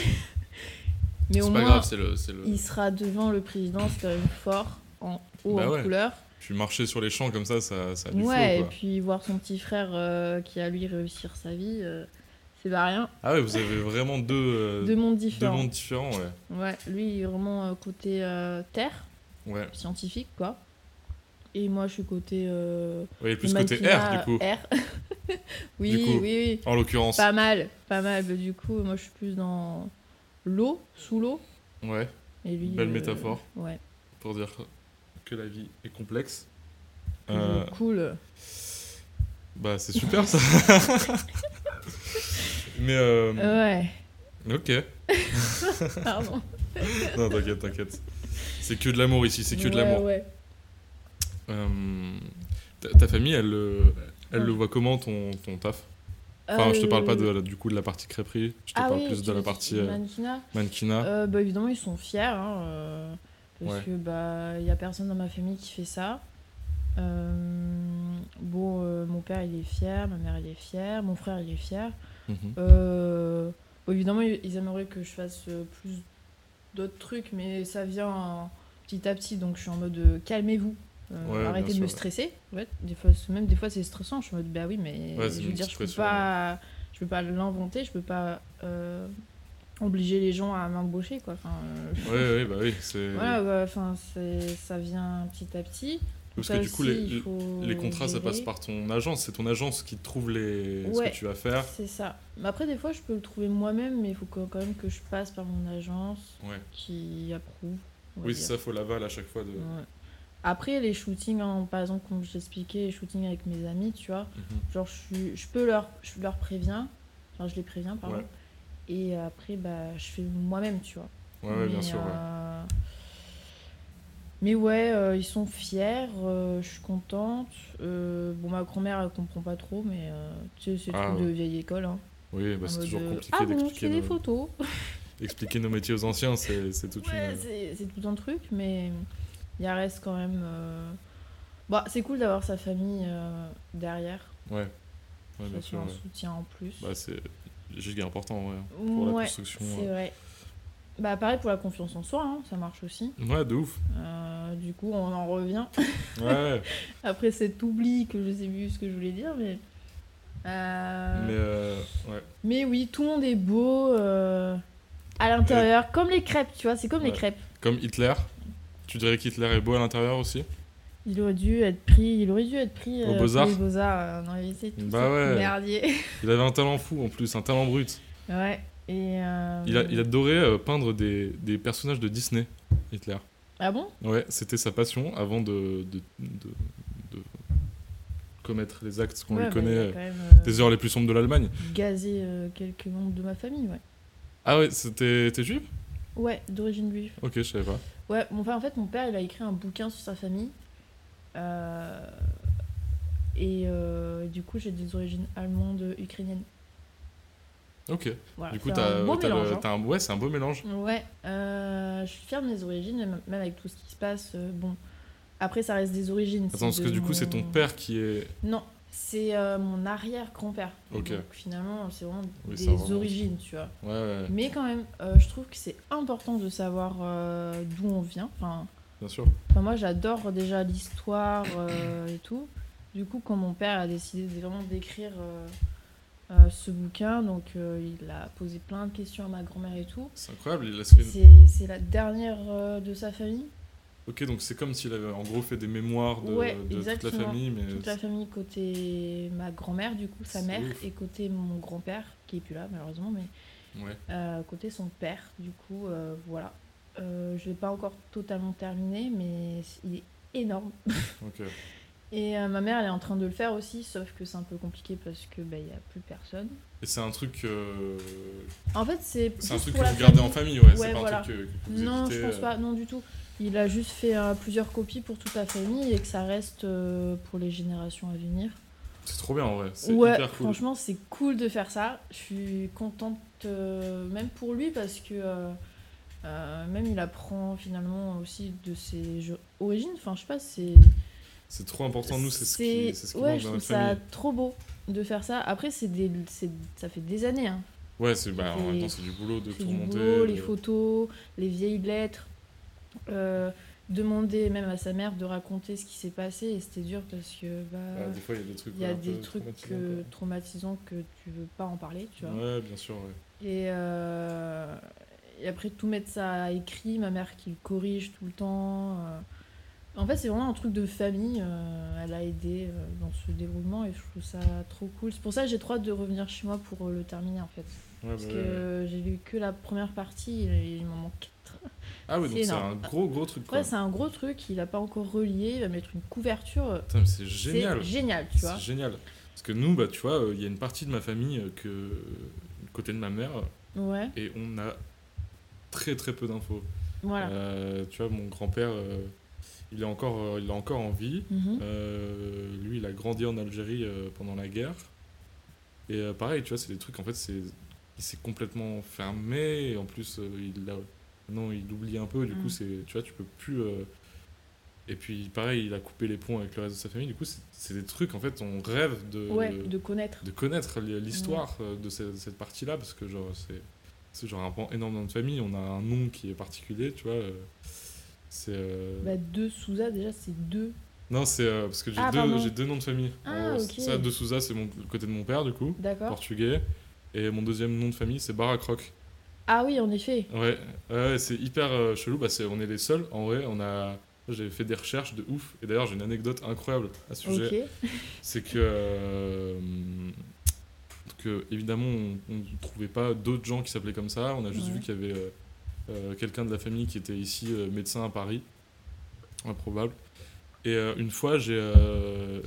Speaker 2: mais au
Speaker 1: C'est pas
Speaker 2: moins,
Speaker 1: grave, c'est le, c'est le-
Speaker 2: il sera devant le président, c'est quand même fort, en haut
Speaker 1: Bah
Speaker 2: en
Speaker 1: ouais,
Speaker 2: couleur.
Speaker 1: Puis marcher sur les champs comme ça, ça, ça a du
Speaker 2: Ouais,
Speaker 1: flow,
Speaker 2: et
Speaker 1: quoi.
Speaker 2: puis voir son petit frère euh, qui a lui réussir sa vie, euh, c'est pas rien.
Speaker 1: Ah ouais, vous avez vraiment deux, euh,
Speaker 2: Deux mondes
Speaker 1: deux
Speaker 2: différents.
Speaker 1: mondes différents, ouais.
Speaker 2: Ouais, lui, il est vraiment euh, côté euh, terre,
Speaker 1: Ouais,
Speaker 2: scientifique, quoi. Et moi, je suis côté... Euh,
Speaker 1: ouais plus côté R, du coup.
Speaker 2: R. oui,
Speaker 1: Du coup.
Speaker 2: oui, oui.
Speaker 1: En l'occurrence.
Speaker 2: euh, Pas mal, pas mal. Mais du coup, moi, je suis plus dans l'eau, sous l'eau.
Speaker 1: Ouais,
Speaker 2: Et lui, euh,
Speaker 1: Belle métaphore.
Speaker 2: Ouais.
Speaker 1: pour dire que la vie est complexe.
Speaker 2: Il
Speaker 1: Euh,
Speaker 2: est Cool.
Speaker 1: bah, c'est super ça. Mais. euh,
Speaker 2: Ouais.
Speaker 1: Ok.
Speaker 2: Pardon.
Speaker 1: Non, t'inquiète, t'inquiète. C'est que de l'amour ici, c'est que de
Speaker 2: Ouais,
Speaker 1: l'amour.
Speaker 2: ouais.
Speaker 1: Euh, ta, ta famille, elle, le- elle le voit comment ton, ton taf Enfin, je te parle pas de, la- du coup de la partie crêperie, je te
Speaker 2: Euh, Ah
Speaker 1: parle
Speaker 2: oui,
Speaker 1: plus
Speaker 2: tu
Speaker 1: de la
Speaker 2: veux-
Speaker 1: partie
Speaker 2: du
Speaker 1: euh,
Speaker 2: mannequinat.
Speaker 1: mannequinat.
Speaker 2: Euh, bah, évidemment, ils sont fiers. hein, euh, parce
Speaker 1: Ouais.
Speaker 2: que, bah, il n'y a personne dans ma famille qui fait ça. Euh, bon, euh, mon père, il est fier. Ma mère, il est fière. Mon frère, il est fier.
Speaker 1: Mhm.
Speaker 2: Euh, bon, évidemment, ils ils aimeraient que je fasse euh, plus d'autres trucs, mais ça vient euh, petit à petit. Donc, je suis en mode euh, calmez-vous. Euh,
Speaker 1: Ouais, bien
Speaker 2: arrêtez de
Speaker 1: sûr,
Speaker 2: me
Speaker 1: ouais.
Speaker 2: stresser. En fait, des fois, c'est- même des fois, c'est stressant. Je suis en mode bah oui, mais
Speaker 1: Ouais, c'est
Speaker 2: je
Speaker 1: une
Speaker 2: veux dire,
Speaker 1: petite
Speaker 2: je peux
Speaker 1: pression,
Speaker 2: pas, je peux pas l'inventer, je peux pas euh, obliger les gens à m'embaucher, quoi. Enfin, euh,
Speaker 1: Ouais, ouais, bah oui, c'est.
Speaker 2: voilà, ouais, enfin, c'est- ça vient petit à petit.
Speaker 1: Parce
Speaker 2: Ça
Speaker 1: que du coup,
Speaker 2: aussi,
Speaker 1: les,
Speaker 2: bah il faut
Speaker 1: les contrats, ça passe
Speaker 2: gérer.
Speaker 1: par ton agence. C'est ton agence qui trouve les... ce
Speaker 2: Ouais.
Speaker 1: que tu vas faire.
Speaker 2: C'est ça. Mais après, des fois, je peux le trouver moi-même, mais il faut que- quand même que je passe par mon agence
Speaker 1: Ouais.
Speaker 2: qui approuve. on va
Speaker 1: Oui,
Speaker 2: dire.
Speaker 1: c'est ça, faut l'aval à chaque fois. De...
Speaker 2: Ouais. Après, les shootings, hein, par exemple, comme je t'expliquais, les shootings avec mes amis, tu vois,
Speaker 1: Mhm.
Speaker 2: genre, je, suis- je peux leur, je leur préviens, enfin, je les préviens, pardon,
Speaker 1: Ouais.
Speaker 2: et après, bah, je fais moi-même, tu vois.
Speaker 1: Ouais, ouais, bien
Speaker 2: Mais,
Speaker 1: sûr. ouais.
Speaker 2: euh, Mais ouais, euh, ils sont fiers, euh, je suis contente. Euh, bon, ma grand-mère, elle comprend pas trop, mais euh, tu sais, c'est
Speaker 1: Ah,
Speaker 2: truc
Speaker 1: ouais.
Speaker 2: de vieille école. Hein.
Speaker 1: Oui, bah,
Speaker 2: En
Speaker 1: c'est
Speaker 2: mode,
Speaker 1: toujours
Speaker 2: euh,
Speaker 1: compliqué
Speaker 2: ah bon,
Speaker 1: d'expliquer
Speaker 2: c'est des
Speaker 1: nos...
Speaker 2: photos.
Speaker 1: expliquer nos métiers aux anciens. C'est c'est toute
Speaker 2: Ouais,
Speaker 1: une.
Speaker 2: c'est- c'est tout un truc, mais il en reste quand même. euh, Bah, c'est cool d'avoir sa famille euh, derrière.
Speaker 1: Ouais, ouais
Speaker 2: Ça
Speaker 1: bien
Speaker 2: fait
Speaker 1: sûr.
Speaker 2: un
Speaker 1: ouais.
Speaker 2: soutien en plus.
Speaker 1: Bah, c'est giga important, ouais. Pour la euh.
Speaker 2: ouais,
Speaker 1: construction.
Speaker 2: c'est
Speaker 1: ouais.
Speaker 2: vrai. Bah, pareil pour la confiance en soi, hein, ça marche aussi.
Speaker 1: Ouais, de ouf.
Speaker 2: Euh, du coup, on en revient.
Speaker 1: Ouais.
Speaker 2: Euh. Après cet oubli que je sais plus ce que je voulais dire, mais. euh,
Speaker 1: Mais
Speaker 2: Mais,
Speaker 1: euh, ouais.
Speaker 2: oui, tout le monde est beau euh, à l'intérieur, comme les crêpes, tu vois, c'est comme les
Speaker 1: Ouais.
Speaker 2: crêpes.
Speaker 1: Comme Hitler, tu dirais qu'Hitler est beau à l'intérieur aussi
Speaker 2: Il aurait dû être pris, il aurait dû être pris
Speaker 1: Aux
Speaker 2: pour
Speaker 1: Beaux-Arts
Speaker 2: les Beaux-Arts, euh, on aurait laissé tout
Speaker 1: Bah
Speaker 2: ce
Speaker 1: ouais.
Speaker 2: merdier.
Speaker 1: Il avait un talent fou en plus, un talent brut.
Speaker 2: ouais. Et euh,
Speaker 1: Il, a, il adorait euh, peindre des, des personnages de Disney, Hitler.
Speaker 2: Ah bon
Speaker 1: Ouais, c'était sa passion avant de, de, de, de commettre les actes qu'on
Speaker 2: Ouais,
Speaker 1: lui
Speaker 2: bah,
Speaker 1: connaît,
Speaker 2: il a
Speaker 1: euh,
Speaker 2: quand même, euh,
Speaker 1: des heures les plus sombres de l'Allemagne.
Speaker 2: gazé euh, quelques membres de ma famille, ouais.
Speaker 1: Ah ouais, c'était t'es juif
Speaker 2: Ouais, d'origine juive.
Speaker 1: Ok, je savais pas.
Speaker 2: Ouais, mon père, en fait, mon père, il a écrit un bouquin sur sa famille. Euh, Et euh, du coup, j'ai des origines allemandes, ukrainiennes.
Speaker 1: Ok.
Speaker 2: Voilà,
Speaker 1: du coup,
Speaker 2: Ah, c'est
Speaker 1: t'as
Speaker 2: un beau
Speaker 1: t'as le-
Speaker 2: mélange. hein.
Speaker 1: t'as un, ouais, c'est un beau mélange.
Speaker 2: Ouais, euh, je suis fière de mes origines, et même même avec tout ce qui se passe. euh, bon, après, ça reste des origines.
Speaker 1: Attends, parce
Speaker 2: de
Speaker 1: que du coup, c'est ton
Speaker 2: mon-
Speaker 1: père qui est.
Speaker 2: Non, c'est euh, mon arrière-grand-père.
Speaker 1: Ok.
Speaker 2: Donc finalement, c'est vraiment
Speaker 1: Oui,
Speaker 2: des
Speaker 1: ça remonte.
Speaker 2: origines, tu vois.
Speaker 1: Ouais, ouais,
Speaker 2: Mais quand même, euh, je trouve que c'est important de savoir euh, d'où on vient. Enfin,
Speaker 1: bien sûr.
Speaker 2: enfin, moi, j'adore déjà l'histoire euh, et tout. Du coup, quand mon père a décidé de vraiment d'écrire euh, euh, ce bouquin, donc euh, il a posé plein de questions à ma grand-mère et tout.
Speaker 1: C'est incroyable. Il a fait. une-
Speaker 2: C'est c'est la dernière euh, de sa famille.
Speaker 1: Ok, donc c'est comme s'il avait en gros fait des mémoires de,
Speaker 2: Ouais,
Speaker 1: de toute la
Speaker 2: exactement.
Speaker 1: famille, mais
Speaker 2: Toute la famille côté ma grand-mère, du coup, sa
Speaker 1: C'est
Speaker 2: mère,
Speaker 1: ouf.
Speaker 2: et côté mon grand-père, qui est plus là malheureusement, mais
Speaker 1: ouais.
Speaker 2: euh, côté son père, du coup, euh, voilà. Euh, je l'ai pas encore totalement terminé, mais il est énorme.
Speaker 1: Ok.
Speaker 2: Et euh, ma mère, elle est en train de le faire aussi, sauf que c'est un peu compliqué parce que bah, il y a plus personne.
Speaker 1: Et c'est un truc. euh,
Speaker 2: En fait, c'est
Speaker 1: C'est un
Speaker 2: juste
Speaker 1: truc que
Speaker 2: pour la
Speaker 1: vous gardez en
Speaker 2: famille.
Speaker 1: famille, ouais.
Speaker 2: Ouais,
Speaker 1: c'est pas
Speaker 2: voilà.
Speaker 1: un truc que, que vous
Speaker 2: Non,
Speaker 1: évitez,
Speaker 2: je pense
Speaker 1: euh,
Speaker 2: pas, non du tout. Il a juste fait euh, plusieurs copies pour toute la famille et que ça reste euh, pour les générations à venir.
Speaker 1: C'est trop bien en vrai. C'est
Speaker 2: Ouais,
Speaker 1: hyper cool.
Speaker 2: franchement, c'est cool de faire ça. Je suis contente, euh, même pour lui, parce que euh, euh, même il apprend finalement aussi de ses jeux- origines. Enfin, je sais pas, c'est.
Speaker 1: C'est trop important. Nous, c'est ce qui, c'est ce qui
Speaker 2: ouais,
Speaker 1: manque
Speaker 2: je
Speaker 1: dans
Speaker 2: trouve
Speaker 1: notre
Speaker 2: ça
Speaker 1: famille.
Speaker 2: trop beau de faire ça. Après, c'est des, c'est- ça fait des années. Hein.
Speaker 1: Ouais, c'est bah, en
Speaker 2: c'est-
Speaker 1: même temps, c'est du boulot de
Speaker 2: C'est
Speaker 1: tout euh,
Speaker 2: du
Speaker 1: remonter.
Speaker 2: boulot, les
Speaker 1: de-
Speaker 2: photos, les vieilles lettres. euh, demander même à sa mère de raconter ce qui s'est passé et c'était dur parce que bah,
Speaker 1: bah, des fois, il y a des trucs.
Speaker 2: il y a
Speaker 1: ouais, un peu
Speaker 2: des trucs
Speaker 1: traumatisants,
Speaker 2: euh, traumatisants que tu veux pas en parler tu
Speaker 1: quoi.
Speaker 2: vois
Speaker 1: Ouais, bien sûr. Ouais.
Speaker 2: Et, euh, et après, tout mettre ça à écrit, ma mère qui le corrige tout le temps. euh. En fait, c'est vraiment un truc de famille. euh, elle a aidé euh, dans ce déroulement et je trouve ça trop cool. C'est pour ça que j'ai trop hâte de revenir chez moi pour euh, le terminer en fait.
Speaker 1: Ouais,
Speaker 2: Parce
Speaker 1: bah,
Speaker 2: que
Speaker 1: ouais, ouais.
Speaker 2: j'ai lu que la première partie et il m'en manque quatre.
Speaker 1: Ah oui, donc
Speaker 2: c'est
Speaker 1: c'est un
Speaker 2: énorme.
Speaker 1: gros gros truc. Quoi.
Speaker 2: Ouais, c'est un gros truc, il a pas encore relié, il va mettre une couverture.
Speaker 1: Putain, mais c'est
Speaker 2: C'est
Speaker 1: génial.
Speaker 2: génial, tu vois.
Speaker 1: C'est génial. Parce que nous, bah, tu vois, euh, il y a une partie de ma famille euh, que du côté de ma mère
Speaker 2: Ouais,
Speaker 1: et on a très très peu d'infos.
Speaker 2: voilà.
Speaker 1: Euh, tu vois, mon grand-père, euh, il est encore, euh, il est encore en vie.
Speaker 2: Mhm.
Speaker 1: Euh, lui, il a grandi en Algérie euh, pendant la guerre. Et euh, pareil, tu vois, c'est des trucs, en fait, c'est, il s'est complètement fermé. Et en plus, euh, il a- non, il oublie un peu. Du
Speaker 2: Mm.
Speaker 1: coup, c'est, tu vois, tu peux plus. euh, Et puis, pareil, il a coupé les ponts avec le reste de sa famille. Du coup, c'est, c'est des trucs, en fait, on rêve de,
Speaker 2: ouais,
Speaker 1: euh, de,
Speaker 2: de connaître.
Speaker 1: connaître l- l'histoire euh, de cette, cette partie-là. Parce que, genre, c'est, c'est genre un pan énorme dans notre famille. On a un nom qui est particulier, tu vois. euh, c'est. euh,
Speaker 2: Bah, deux Souza, déjà, c'est deux.
Speaker 1: non, c'est euh, parce que j'ai
Speaker 2: Ah,
Speaker 1: deux,
Speaker 2: pardon.
Speaker 1: j'ai deux noms de famille.
Speaker 2: Ah,
Speaker 1: Euh,
Speaker 2: ok.
Speaker 1: Ça, de Souza, c'est mon, le côté de mon père, du coup,
Speaker 2: D'accord
Speaker 1: portugais. Et mon deuxième nom de famille, c'est Baracroc.
Speaker 2: Ah oui, en effet.
Speaker 1: Ouais, ouais c'est hyper euh, chelou. Bah, c'est- on est les seuls, en vrai. On a... J'avais fait des recherches de ouf. Et d'ailleurs, j'ai une anecdote incroyable à ce sujet.
Speaker 2: Ok.
Speaker 1: C'est que, euh, que, évidemment, on ne trouvait pas d'autres gens qui s'appelaient comme ça. On a juste
Speaker 2: Ouais.
Speaker 1: vu qu'il y avait euh, euh, quelqu'un de la famille qui était ici, euh, médecin à Paris. Improbable. Et euh, une fois, j'ai, euh,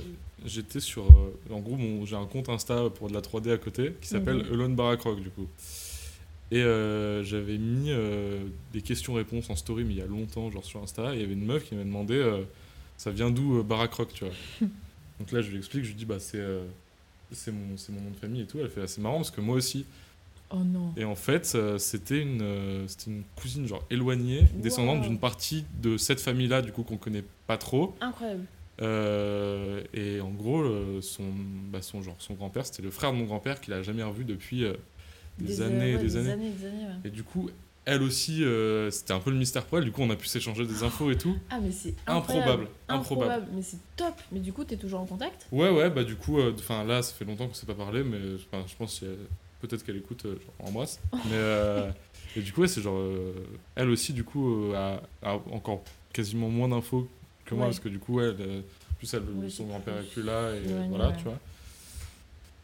Speaker 1: j'étais sur. euh, en gros, mon- j'ai un compte Insta pour de la 3D à côté qui s'appelle
Speaker 2: Mhm.
Speaker 1: Elon Barakrog, du coup. Et euh, j'avais mis euh, des questions-réponses en story, mais il y a longtemps, genre sur Insta. Et il y avait une meuf qui m'a demandé euh, ça vient d'où euh, Barakrog, tu vois. Donc là, je lui explique, je lui dis bah, c'est, euh, c'est, mon, c'est mon nom de famille et tout. Elle fait ah, c'est marrant parce que moi aussi.
Speaker 2: Oh non.
Speaker 1: Et en fait, euh, c'était une, euh, c'était une cousine genre éloignée, descendante
Speaker 2: Wow.
Speaker 1: d'une partie de cette famille-là, du coup, qu'on connaît pas trop.
Speaker 2: Incroyable.
Speaker 1: Euh, et en gros, euh, son, bah, son, genre, son grand-père, c'était le frère de mon grand-père qu'il a jamais revu depuis euh, des,
Speaker 2: euh,
Speaker 1: années et
Speaker 2: ouais,
Speaker 1: des, années.
Speaker 2: des années, ouais.
Speaker 1: Et du coup, elle aussi, euh, c'était un peu le mystère pour elle. Du coup, on a pu s'échanger des infos et tout.
Speaker 2: Ah, mais c'est
Speaker 1: Improbable,
Speaker 2: incroyable.
Speaker 1: improbable.
Speaker 2: Mais c'est top. Mais du coup, t'es toujours en contact
Speaker 1: Ouais, ouais, bah du coup, enfin là, ça fait longtemps qu'on s'est pas parlé, mais euh, 'fin, je pense que euh, peut-être qu'elle écoute, euh, genre, embrasse. Mais euh, et du coup, ouais, c'est genre euh, elle aussi, du coup, euh, a, a encore quasiment moins d'infos que moi
Speaker 2: Ouais.
Speaker 1: parce que du coup, elle, euh, en plus elle,
Speaker 2: Ouais,
Speaker 1: son
Speaker 2: c'est
Speaker 1: grand-père est
Speaker 2: plus
Speaker 1: plus là et euh,
Speaker 2: éloigné,
Speaker 1: voilà,
Speaker 2: ouais.
Speaker 1: tu vois.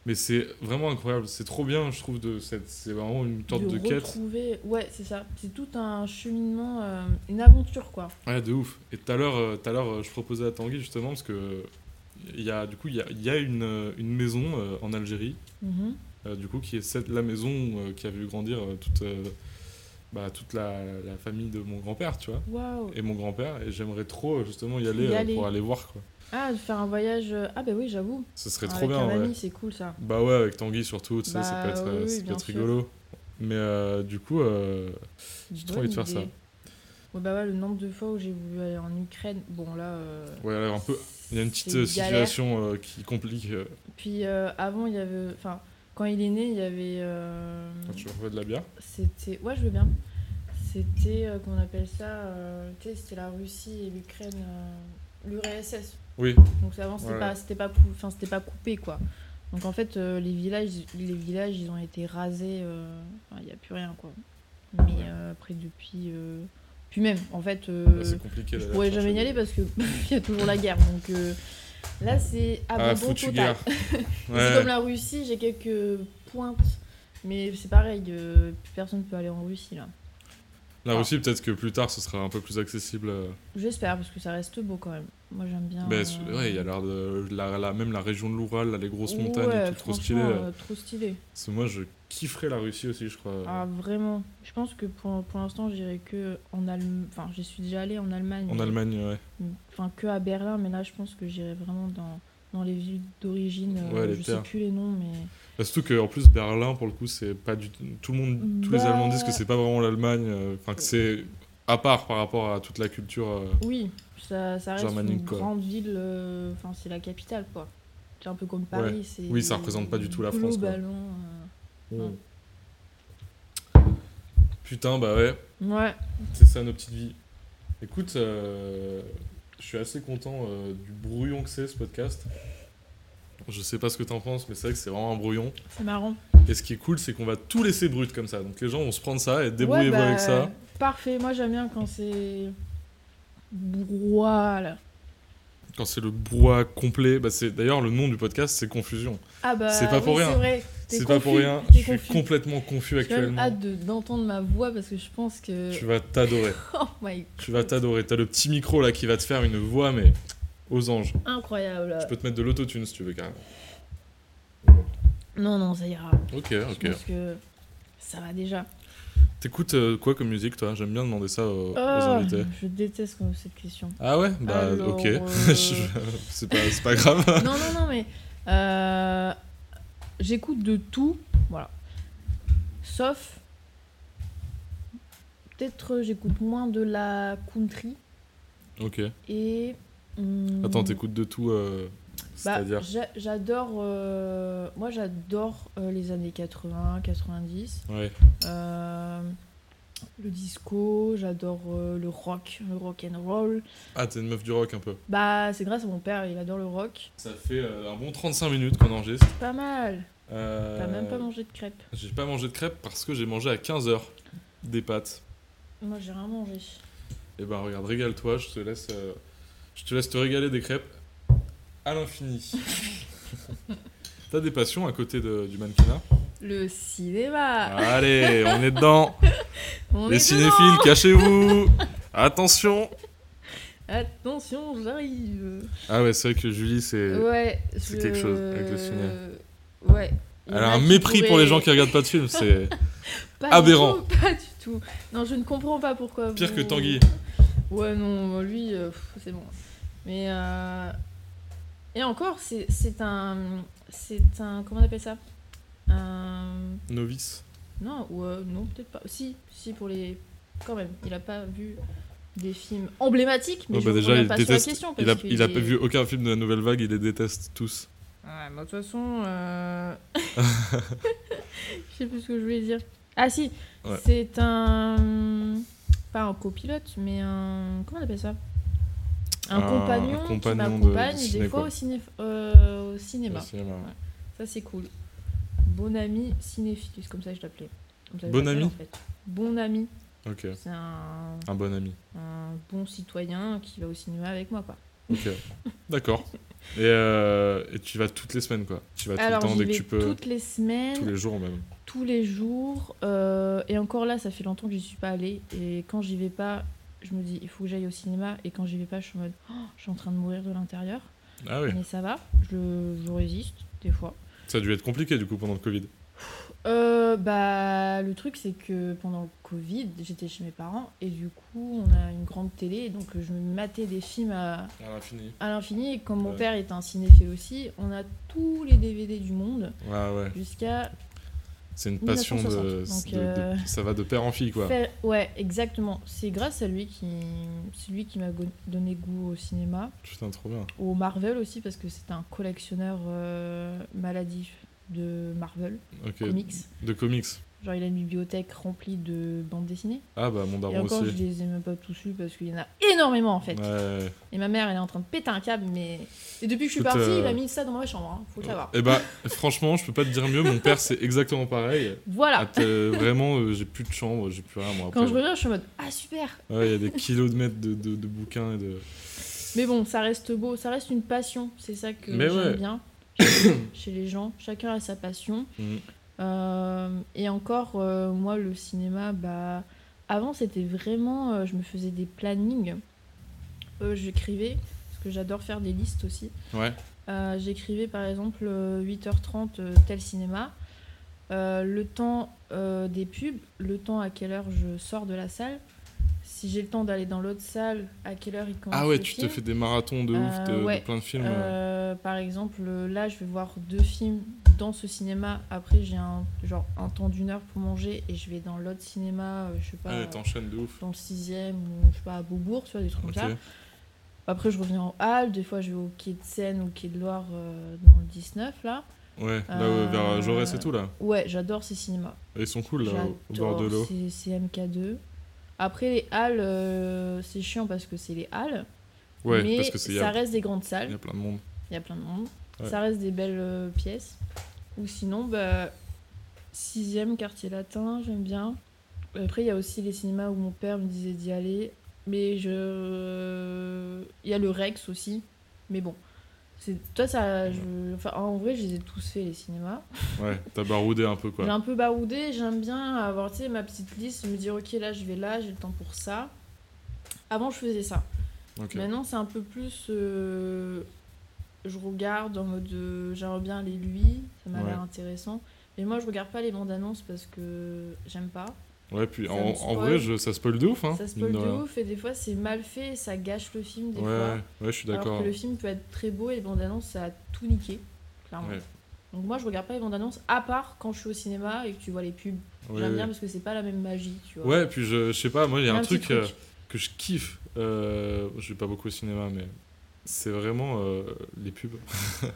Speaker 1: Mais c'est vraiment incroyable, c'est trop bien, je trouve. De cette... C'est vraiment une sorte de, quête.
Speaker 2: retrouver... Ouais, c'est ça. C'est tout un cheminement, euh, une aventure, quoi.
Speaker 1: Ouais, de ouf. Et tout à l'heure, euh, tout à l'heure, euh, je proposais à Tanguy justement parce que euh, il y a, du coup, il y a, il y a une, euh, une maison euh, en Algérie,
Speaker 2: Mhm.
Speaker 1: euh, du coup, qui est cette, la maison euh, qui a vu grandir euh, toute, euh, bah, toute la, la famille de mon grand-père, tu vois.
Speaker 2: Waouh.
Speaker 1: Et mon grand-père, et j'aimerais trop euh, justement y aller,
Speaker 2: Y
Speaker 1: euh,
Speaker 2: aller.
Speaker 1: pour aller voir, quoi.
Speaker 2: Ah, de faire un voyage. euh, Ah, bah oui, j'avoue.
Speaker 1: Ce serait
Speaker 2: Avec
Speaker 1: trop bien,
Speaker 2: un
Speaker 1: ouais.
Speaker 2: ami, c'est cool ça.
Speaker 1: Bah ouais, avec Tanguy surtout, tu sais, ça
Speaker 2: Bah
Speaker 1: peut être, euh,
Speaker 2: oui,
Speaker 1: ça
Speaker 2: oui,
Speaker 1: peut
Speaker 2: bien
Speaker 1: être
Speaker 2: sûr.
Speaker 1: rigolo. Mais euh, du coup, euh,
Speaker 2: J'ai
Speaker 1: trop envie de faire ça.
Speaker 2: Ouais, bah ouais, le nombre de fois où j'ai voulu aller en Ukraine, bon là. euh,
Speaker 1: ouais, là, un peu, il y a une petite
Speaker 2: c'est
Speaker 1: euh,
Speaker 2: galère.
Speaker 1: situation euh, qui complique. euh,
Speaker 2: Puis euh, avant, il y avait. Enfin, quand il est né, il y avait. euh,
Speaker 1: quand tu refais de la bière.
Speaker 2: C'était. Ouais, je veux bien. C'était. euh, comment on appelle ça euh, Tu sais, c'était la Russie et l'Ukraine. euh, L'URSS.
Speaker 1: Oui,
Speaker 2: Donc avant, c'était
Speaker 1: Ouais.
Speaker 2: pas, c'était pas, pou- enfin, c'était pas coupé quoi. Donc en fait, euh, les, villages, les villages, ils ont été rasés. euh, enfin, Il n'y a plus rien quoi. Mais
Speaker 1: Ouais.
Speaker 2: euh, après, depuis. euh, Puis même, en fait.
Speaker 1: là,
Speaker 2: euh,
Speaker 1: bah, c'est compliqué.
Speaker 2: je
Speaker 1: d'aller
Speaker 2: pourrais jamais
Speaker 1: chercher
Speaker 2: y aller
Speaker 1: des-
Speaker 2: parce que il y a toujours la guerre. Donc euh, là, c'est
Speaker 1: Ah,
Speaker 2: abandon
Speaker 1: foutue
Speaker 2: total.
Speaker 1: guerre.
Speaker 2: C'est
Speaker 1: Ouais.
Speaker 2: comme la Russie, j'ai quelques pointes, mais c'est pareil, euh, plus personne peut aller en Russie là.
Speaker 1: La
Speaker 2: Ah.
Speaker 1: Russie, peut-être que plus tard, ce sera un peu plus accessible. euh.
Speaker 2: J'espère parce que ça reste beau quand même. Moi, j'aime bien.
Speaker 1: Ben, c'est-
Speaker 2: euh,
Speaker 1: ouais, il y a l'air de. La, la- même la région de l'Oural, là, les grosses montagnes et
Speaker 2: ouais,
Speaker 1: tout, trop
Speaker 2: franchement,
Speaker 1: stylé.
Speaker 2: euh, trop stylé.
Speaker 1: Parce que moi, je kifferais la Russie aussi, je crois. euh,
Speaker 2: Ah, vraiment. Je pense que pour, pour l'instant, j'irai que en Allemagne. Enfin, je suis déjà allée en Allemagne.
Speaker 1: En
Speaker 2: mais-
Speaker 1: Allemagne, ouais.
Speaker 2: Enfin, que à Berlin, mais là, je pense que j'irai vraiment dans, dans les villes d'origine. euh,
Speaker 1: Ouais, les
Speaker 2: je
Speaker 1: terres.
Speaker 2: sais plus les noms, mais.
Speaker 1: Bah, surtout qu'en plus, Berlin, pour le coup, c'est pas du tout. le monde, tous les
Speaker 2: Bah.
Speaker 1: Allemands disent que c'est pas vraiment l'Allemagne. euh, Enfin, que c'est à part par rapport à toute la culture. euh.
Speaker 2: Oui, ça, ça reste
Speaker 1: Germanique,
Speaker 2: une
Speaker 1: quoi.
Speaker 2: grande ville, euh, enfin c'est la capitale quoi. C'est un peu comme Paris. c'est
Speaker 1: Oui, ça représente pas du tout la France, quoi.
Speaker 2: Globalement. Mm.
Speaker 1: Putain, bah ouais,
Speaker 2: euh, Ouais,
Speaker 1: c'est ça nos petites vies. Écoute, euh, je suis assez content euh, du brouillon que c'est ce podcast. Je sais pas ce que t'en penses, mais c'est vrai que c'est vraiment un brouillon.
Speaker 2: c'est marrant.
Speaker 1: Et ce qui est cool, c'est qu'on va tout laisser brut comme ça. Donc les gens vont se prendre ça et débrouiller
Speaker 2: Ouais, bah,
Speaker 1: avec ça.
Speaker 2: Parfait, moi j'aime bien quand c'est. Voilà.
Speaker 1: Quand c'est le brouhaha complet, bah c'est d'ailleurs le nom du podcast, c'est Confusion.
Speaker 2: Ah bah.
Speaker 1: C'est pas pour
Speaker 2: oui,
Speaker 1: rien.
Speaker 2: C'est vrai. T'es
Speaker 1: C'est pas
Speaker 2: confus,
Speaker 1: pour rien,
Speaker 2: t'es
Speaker 1: je suis
Speaker 2: confus.
Speaker 1: complètement confus
Speaker 2: J'ai quand même
Speaker 1: actuellement.
Speaker 2: hâte de- d'entendre ma voix parce que je pense que.
Speaker 1: Tu vas t'adorer.
Speaker 2: Oh my
Speaker 1: Tu vas t'adorer. T'as le petit micro là qui va te faire une voix, mais aux anges.
Speaker 2: incroyable.
Speaker 1: Je peux te mettre de l'autotune si tu veux, carrément.
Speaker 2: Non, non, ça ira.
Speaker 1: Ok, ok.
Speaker 2: Je pense que ça va déjà.
Speaker 1: T'écoutes euh, quoi comme musique, toi J'aime bien demander ça euh, aux, aux
Speaker 2: Ah,
Speaker 1: invités.
Speaker 2: je déteste quand- cette question.
Speaker 1: Ah ouais Bah,
Speaker 2: Alors,
Speaker 1: ok.
Speaker 2: euh,
Speaker 1: Je- c'est pas, c'est pas grave.
Speaker 2: non, non, non, mais euh, j'écoute de tout, voilà. Sauf, peut-être euh, j'écoute moins de la country
Speaker 1: ok.
Speaker 2: et. hum,
Speaker 1: Attends, t'écoutes de tout, euh,
Speaker 2: bah,
Speaker 1: c'est-à-dire
Speaker 2: j'a- J'adore. euh, moi, j'adore euh, les années 80, 90.
Speaker 1: Ouais.
Speaker 2: euh, le disco, j'adore euh, le rock, le rock and roll.
Speaker 1: Ah, t'es une meuf du rock un peu.
Speaker 2: Bah, c'est grâce à mon père, il adore le rock.
Speaker 1: Ça fait euh, un bon 35 minutes qu'on enregistre.
Speaker 2: Pas mal.
Speaker 1: Euh,
Speaker 2: T'as même pas mangé de crêpes.
Speaker 1: J'ai pas mangé de crêpes parce que j'ai mangé à 15h des pâtes.
Speaker 2: Moi, j'ai rien mangé.
Speaker 1: Et ben regarde, régale-toi, je te laisse euh, je te laisse te régaler des crêpes à l'infini. T'as des passions à côté de- du mannequinat
Speaker 2: Le cinéma
Speaker 1: Allez, on est dedans.
Speaker 2: Ah. On
Speaker 1: Les
Speaker 2: est
Speaker 1: cinéphiles,
Speaker 2: dedans
Speaker 1: cachez-vous Attention
Speaker 2: Attention, j'arrive
Speaker 1: Ah ouais, c'est vrai que Julie, c'est...
Speaker 2: Ouais,
Speaker 1: Euh, c'est
Speaker 2: je- Euh,
Speaker 1: quelque chose avec le ciné.
Speaker 2: Ouais. Il y en
Speaker 1: Elle a un
Speaker 2: qui
Speaker 1: mépris pour les gens
Speaker 2: pourraient-
Speaker 1: qui regardent pas de films, c'est
Speaker 2: Pas du
Speaker 1: aberrant.
Speaker 2: tout, pas du tout. Non, je ne comprends pas pourquoi.
Speaker 1: pire
Speaker 2: vous-
Speaker 1: que Tanguy.
Speaker 2: Ouais, non, lui, euh, pff, c'est bon. Mais. euh, Et encore, c'est c'est un. C'est un. Comment on appelle ça Un.
Speaker 1: Novice.
Speaker 2: Non, ou euh, non, peut-être pas. Si, si, pour les. Quand même, il a pas vu des films emblématiques, mais
Speaker 1: Ouais,
Speaker 2: je
Speaker 1: bah
Speaker 2: vous
Speaker 1: déjà,
Speaker 2: reviens
Speaker 1: il
Speaker 2: pas
Speaker 1: déteste.
Speaker 2: sur la question.
Speaker 1: Il a,
Speaker 2: parce qu'il
Speaker 1: il a
Speaker 2: est-
Speaker 1: vu aucun film de la nouvelle vague, il les déteste tous.
Speaker 2: Ouais, bah, de toute façon. euh, je sais plus ce que je voulais dire. Ah, si,
Speaker 1: Ouais.
Speaker 2: c'est un. Pas un copilote, mais un. Comment on appelle ça un,
Speaker 1: Un
Speaker 2: compagnon, qui
Speaker 1: compagnon de- de
Speaker 2: m'accompagne
Speaker 1: ciné,
Speaker 2: des fois
Speaker 1: quoi.
Speaker 2: au, ciné- euh, au cinéma.
Speaker 1: Au cinéma, ouais.
Speaker 2: Ça, c'est cool. Bon ami cinéphile, comme ça je l'appelais. Comme ça, je
Speaker 1: Bon
Speaker 2: l'appelle,
Speaker 1: ami
Speaker 2: en fait. Bon ami.
Speaker 1: Ok,
Speaker 2: C'est un,
Speaker 1: un bon ami.
Speaker 2: un bon citoyen qui va au cinéma avec moi, quoi.
Speaker 1: Ok, d'accord. Et, euh, et tu y vas toutes les semaines, quoi. Tu y vas
Speaker 2: Alors,
Speaker 1: tout le temps
Speaker 2: j'y
Speaker 1: dès que
Speaker 2: vais
Speaker 1: tu peux.
Speaker 2: toutes les semaines,
Speaker 1: Tous les jours même.
Speaker 2: tous les jours. euh, et encore là, ça fait longtemps que j'y suis pas allée. Et quand j'y vais pas, je me dis, il faut que j'aille au cinéma. Et quand j'y vais pas, je suis en mode, Oh, je suis en train de mourir de l'intérieur.
Speaker 1: Ah oui,
Speaker 2: Mais ça va, je, je résiste, des fois.
Speaker 1: ça a dû être compliqué du coup pendant le Covid.
Speaker 2: Euh, bah, le truc, c'est que pendant le Covid, j'étais chez mes parents. Et du coup, on a une grande télé. Donc, je me matais des films à,
Speaker 1: À l'infini.
Speaker 2: à l'infini. Et comme mon
Speaker 1: Ouais.
Speaker 2: père est un cinéphile aussi, on a tous les DVD du monde
Speaker 1: Ouais, ouais.
Speaker 2: jusqu'à
Speaker 1: C'est une passion de,
Speaker 2: 1960, donc,
Speaker 1: de- de-
Speaker 2: euh,
Speaker 1: Ça va de père en fille, quoi.
Speaker 2: Fait- ouais, exactement. C'est grâce à lui qui, c'est lui qui m'a go- donné goût au cinéma,
Speaker 1: Putain, trop bien.
Speaker 2: au Marvel aussi parce que c'est un collectionneur euh, maladif de Marvel
Speaker 1: Ok.
Speaker 2: comics.
Speaker 1: De comics.
Speaker 2: Genre il a une bibliothèque remplie de bandes dessinées.
Speaker 1: Ah bah, mon
Speaker 2: Et
Speaker 1: daron
Speaker 2: encore, je
Speaker 1: aussi.
Speaker 2: les ai même pas tous lus parce qu'il y en a énormément en fait.
Speaker 1: Ouais.
Speaker 2: Et ma mère, elle est en train de péter un câble, mais et depuis que je suis
Speaker 1: Écoute,
Speaker 2: partie,
Speaker 1: euh,
Speaker 2: il a mis ça dans ma chambre. hein, Faut le savoir.
Speaker 1: Et bah, franchement, je peux pas te dire mieux. Mon père, c'est exactement pareil.
Speaker 2: Voilà.
Speaker 1: Ah, t'es- vraiment, euh, j'ai plus de chambre, j'ai plus rien, moi.
Speaker 2: Quand
Speaker 1: après.
Speaker 2: je reviens, je suis en mode ah super.
Speaker 1: Ouais, il y a des kilos de mètres de, de- de bouquins et de.
Speaker 2: Mais bon, ça reste beau, ça reste une passion, c'est ça que
Speaker 1: Mais
Speaker 2: j'aime
Speaker 1: ouais.
Speaker 2: bien chez les gens. Chacun a sa passion.
Speaker 1: Mm.
Speaker 2: Euh, et encore, euh, moi, le cinéma, bah, avant, c'était vraiment, euh, je me faisais des plannings. Euh, J'écrivais, parce que j'adore faire des listes aussi.
Speaker 1: Ouais.
Speaker 2: Euh, J'écrivais par exemple euh, 8h30 euh, tel cinéma, Euh, le temps euh, des pubs, le temps à quelle heure je sors de la salle, si j'ai le temps d'aller dans l'autre salle, à quelle heure il commence.
Speaker 1: Ah ouais,
Speaker 2: le
Speaker 1: tu te
Speaker 2: film.
Speaker 1: fais des marathons de ouf, de,
Speaker 2: Euh,
Speaker 1: de
Speaker 2: ouais.
Speaker 1: plein de films.
Speaker 2: Euh, par exemple, euh, là, je vais voir deux films dans ce cinéma. Après, j'ai un genre un temps d'une heure pour manger et je vais dans l'autre cinéma, euh, je sais pas,
Speaker 1: Ah, ouais, t'enchaînes de ouf.
Speaker 2: dans le sixième ou je sais pas à Beaubourg, tu vois, des trucs
Speaker 1: Ok.
Speaker 2: comme ça. Après, je reviens en halle. Des fois, je vais au quai de Seine ou au quai de Loire euh, dans le 19 là.
Speaker 1: Ouais, là,
Speaker 2: Euh,
Speaker 1: ouais, vers Jaurès et tout, là.
Speaker 2: Ouais, j'adore ces cinémas.
Speaker 1: Ils sont cool, là, au- au bord
Speaker 2: J'adore
Speaker 1: de l'eau.
Speaker 2: ces, ces MK2. Après, les halles, euh, c'est chiant parce que c'est les halles,
Speaker 1: Ouais,
Speaker 2: mais
Speaker 1: parce que c'est. il y
Speaker 2: ça
Speaker 1: a-
Speaker 2: reste des grandes salles.
Speaker 1: Il y a plein de monde.
Speaker 2: Il y a plein de monde.
Speaker 1: Ouais.
Speaker 2: Ça reste des belles euh, pièces. Ou sinon, bah, sixième quartier latin, j'aime bien. Après, il y a aussi les cinémas où mon père me disait d'y aller. Mais je. Il y a le Rex aussi. Mais bon. C'est... Toi, ça. je- Enfin, en vrai, je les ai tous fait, les cinémas.
Speaker 1: Ouais, t'as baroudé un peu, quoi.
Speaker 2: J'ai un peu baroudé, j'aime bien avoir tu sais, ma petite liste, me dire ok là je vais là, j'ai le temps pour ça. Avant je faisais ça.
Speaker 1: Ok.
Speaker 2: Maintenant, c'est un peu plus. euh, je regarde en mode. euh, J'aimerais bien aller lui, ça m'a
Speaker 1: Ouais.
Speaker 2: l'air intéressant. Mais moi, je regarde pas les bandes annonces parce que j'aime pas.
Speaker 1: Ouais, puis
Speaker 2: Ça
Speaker 1: en,
Speaker 2: me
Speaker 1: en
Speaker 2: spoil.
Speaker 1: vrai, je- ça spoil de ouf, hein.
Speaker 2: ça se
Speaker 1: mine
Speaker 2: spoil de
Speaker 1: rien.
Speaker 2: ouf et des fois, c'est mal fait, ça gâche le film des
Speaker 1: Ouais,
Speaker 2: fois.
Speaker 1: ouais, je suis
Speaker 2: Alors
Speaker 1: d'accord.
Speaker 2: que le film peut être très beau et les bandes annonces, ça a tout niqué, clairement.
Speaker 1: Ouais.
Speaker 2: Donc moi, je regarde pas les bandes annonces à part quand je suis au cinéma et que tu vois les pubs.
Speaker 1: Ouais,
Speaker 2: j'aime
Speaker 1: ouais.
Speaker 2: bien parce que c'est pas la même magie, tu vois.
Speaker 1: Ouais, puis je, je sais pas, moi, il y a un,
Speaker 2: petit
Speaker 1: truc, euh, que je kiffe. Euh, je vais pas beaucoup au cinéma, mais c'est vraiment euh, les pubs.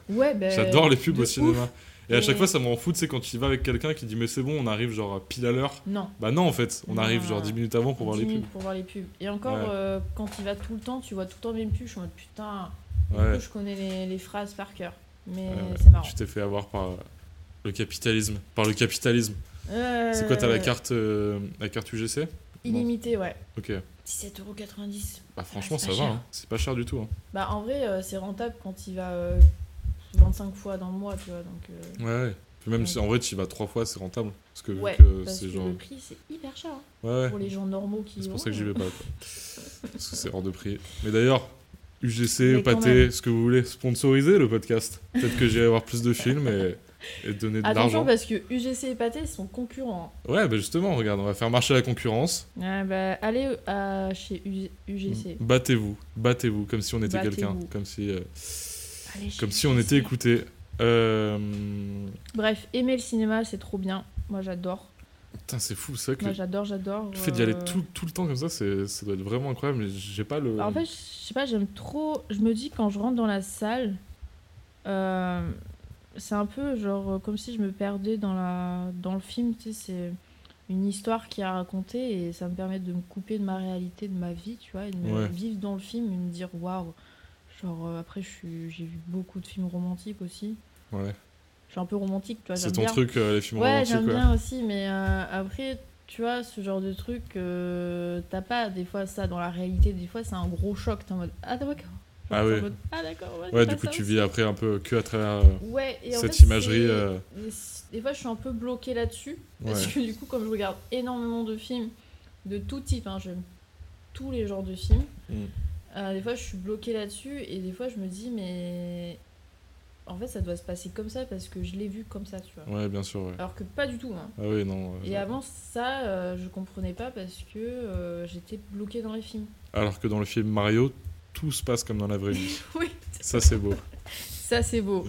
Speaker 2: Ouais, ben,
Speaker 1: J'adore les pubs
Speaker 2: de
Speaker 1: au cinéma.
Speaker 2: ouf.
Speaker 1: Et à
Speaker 2: Mais-
Speaker 1: chaque fois, ça me rend fou, tu sais, quand tu y vas avec quelqu'un qui dit, mais c'est bon, on arrive genre pile à l'heure.
Speaker 2: Non.
Speaker 1: Bah non, en fait, on arrive
Speaker 2: Non.
Speaker 1: genre 10 minutes avant pour voir
Speaker 2: 10
Speaker 1: les pubs.
Speaker 2: minutes pour voir les pubs. Et encore,
Speaker 1: Ouais.
Speaker 2: euh, quand il va tout le temps, tu vois tout le temps les mêmes pubs, je suis en mode putain, du
Speaker 1: Ouais.
Speaker 2: coup, je connais les, les phrases par cœur. Mais
Speaker 1: Ouais,
Speaker 2: c'est marrant.
Speaker 1: Tu t'es fait avoir par euh, le capitalisme. Par le capitalisme.
Speaker 2: Euh,
Speaker 1: C'est quoi, t'as la carte, euh, la carte UGC
Speaker 2: Illimité, ouais.
Speaker 1: Ok.
Speaker 2: 17,90€.
Speaker 1: Bah franchement,
Speaker 2: Ah, c'est
Speaker 1: ça
Speaker 2: pas
Speaker 1: va,
Speaker 2: cher.
Speaker 1: hein. c'est pas cher du tout. hein.
Speaker 2: Bah en vrai, euh, c'est rentable quand il va euh, 25 fois dans le mois, tu vois. Donc, euh,
Speaker 1: Ouais, ouais. Puis même
Speaker 2: Ouais.
Speaker 1: si en vrai tu y vas trois fois, c'est rentable. Parce que vu
Speaker 2: ouais,
Speaker 1: que
Speaker 2: parce
Speaker 1: Euh, c'est
Speaker 2: que
Speaker 1: genre.
Speaker 2: le prix, c'est hyper cher hein,
Speaker 1: Ouais,
Speaker 2: pour
Speaker 1: ouais.
Speaker 2: les gens normaux qui. y
Speaker 1: C'est
Speaker 2: vont,
Speaker 1: pour ça que j'y
Speaker 2: euh.
Speaker 1: vais pas. quoi. parce que c'est hors de prix. Mais d'ailleurs, UGC,
Speaker 2: Mais quand
Speaker 1: Pâté, ce que vous voulez, sponsorisez le podcast. Peut-être que j'irai voir plus de films et, et donner de l'argent.
Speaker 2: Attention, parce que UGC et Pathé sont concurrents.
Speaker 1: Ouais, bah justement, regarde, on va faire marcher la concurrence.
Speaker 2: Ah, bah, allez euh, chez U- UGC.
Speaker 1: Battez-vous, battez-vous, comme si on était quelqu'un.
Speaker 2: Battez-vous. Ah,
Speaker 1: Comme si, euh,
Speaker 2: Allez chez
Speaker 1: comme si on était
Speaker 2: UGC.
Speaker 1: écouté. Euh,
Speaker 2: Bref, aimer le cinéma, c'est trop bien. Moi, j'adore.
Speaker 1: Putain, c'est fou, ça que
Speaker 2: Moi, j'adore, j'adore.
Speaker 1: le fait d'y
Speaker 2: euh,
Speaker 1: aller tout, tout le temps comme ça, c'est- ça doit être vraiment incroyable. Mais j'ai pas le.
Speaker 2: Bah, En fait, je sais pas, j'aime trop. Je me dis quand je rentre dans la salle, euh, c'est un peu genre euh, comme si je me perdais dans la dans le film. Tu sais, c'est une histoire qui a racontée et ça me permet de me couper de ma réalité, de ma vie, tu vois, et de me
Speaker 1: Ouais.
Speaker 2: vivre dans le film et me dire waouh. Genre euh, après, je suis- j'ai vu beaucoup de films romantiques aussi.
Speaker 1: Ouais.
Speaker 2: Je suis un peu romantique, tu vois.
Speaker 1: C'est
Speaker 2: j'aime
Speaker 1: ton
Speaker 2: bien.
Speaker 1: truc, euh, les films
Speaker 2: Ouais,
Speaker 1: romantiques,
Speaker 2: j'aime
Speaker 1: quoi.
Speaker 2: bien aussi, mais euh, après, tu vois, ce genre de truc, euh, t'as pas des fois ça dans la réalité. Des fois, c'est un gros choc. T'es en mode Ah, d'accord.
Speaker 1: Ah
Speaker 2: Genre,
Speaker 1: oui.
Speaker 2: en mode, Ah d'accord. ouais,
Speaker 1: Ouais,
Speaker 2: c'est
Speaker 1: du
Speaker 2: pas
Speaker 1: coup,
Speaker 2: ça
Speaker 1: tu
Speaker 2: aussi.
Speaker 1: vis après un peu que à travers. euh,
Speaker 2: Ouais, et en
Speaker 1: cette
Speaker 2: fait,
Speaker 1: imagerie,
Speaker 2: c'est-
Speaker 1: euh,
Speaker 2: Des, des fois, je suis un peu bloquée là-dessus. Parce
Speaker 1: Ouais.
Speaker 2: que du coup, comme je regarde énormément de films de tout type, hein, j'aime tous les genres de films,
Speaker 1: Mm.
Speaker 2: euh, des fois, je suis bloquée là-dessus. Et des fois, je me dis, mais. En fait, ça doit se passer comme ça parce que je l'ai vu comme ça, tu vois.
Speaker 1: Ouais, bien sûr, ouais.
Speaker 2: Alors que pas du tout. hein.
Speaker 1: Ah oui, non. euh,
Speaker 2: Et avant ça, euh, je comprenais pas parce que euh, j'étais bloquée dans les films.
Speaker 1: Alors que dans le film Mario, tout se passe comme dans la vraie vie.
Speaker 2: Oui,
Speaker 1: Ça, c'est beau.
Speaker 2: ça c'est beau.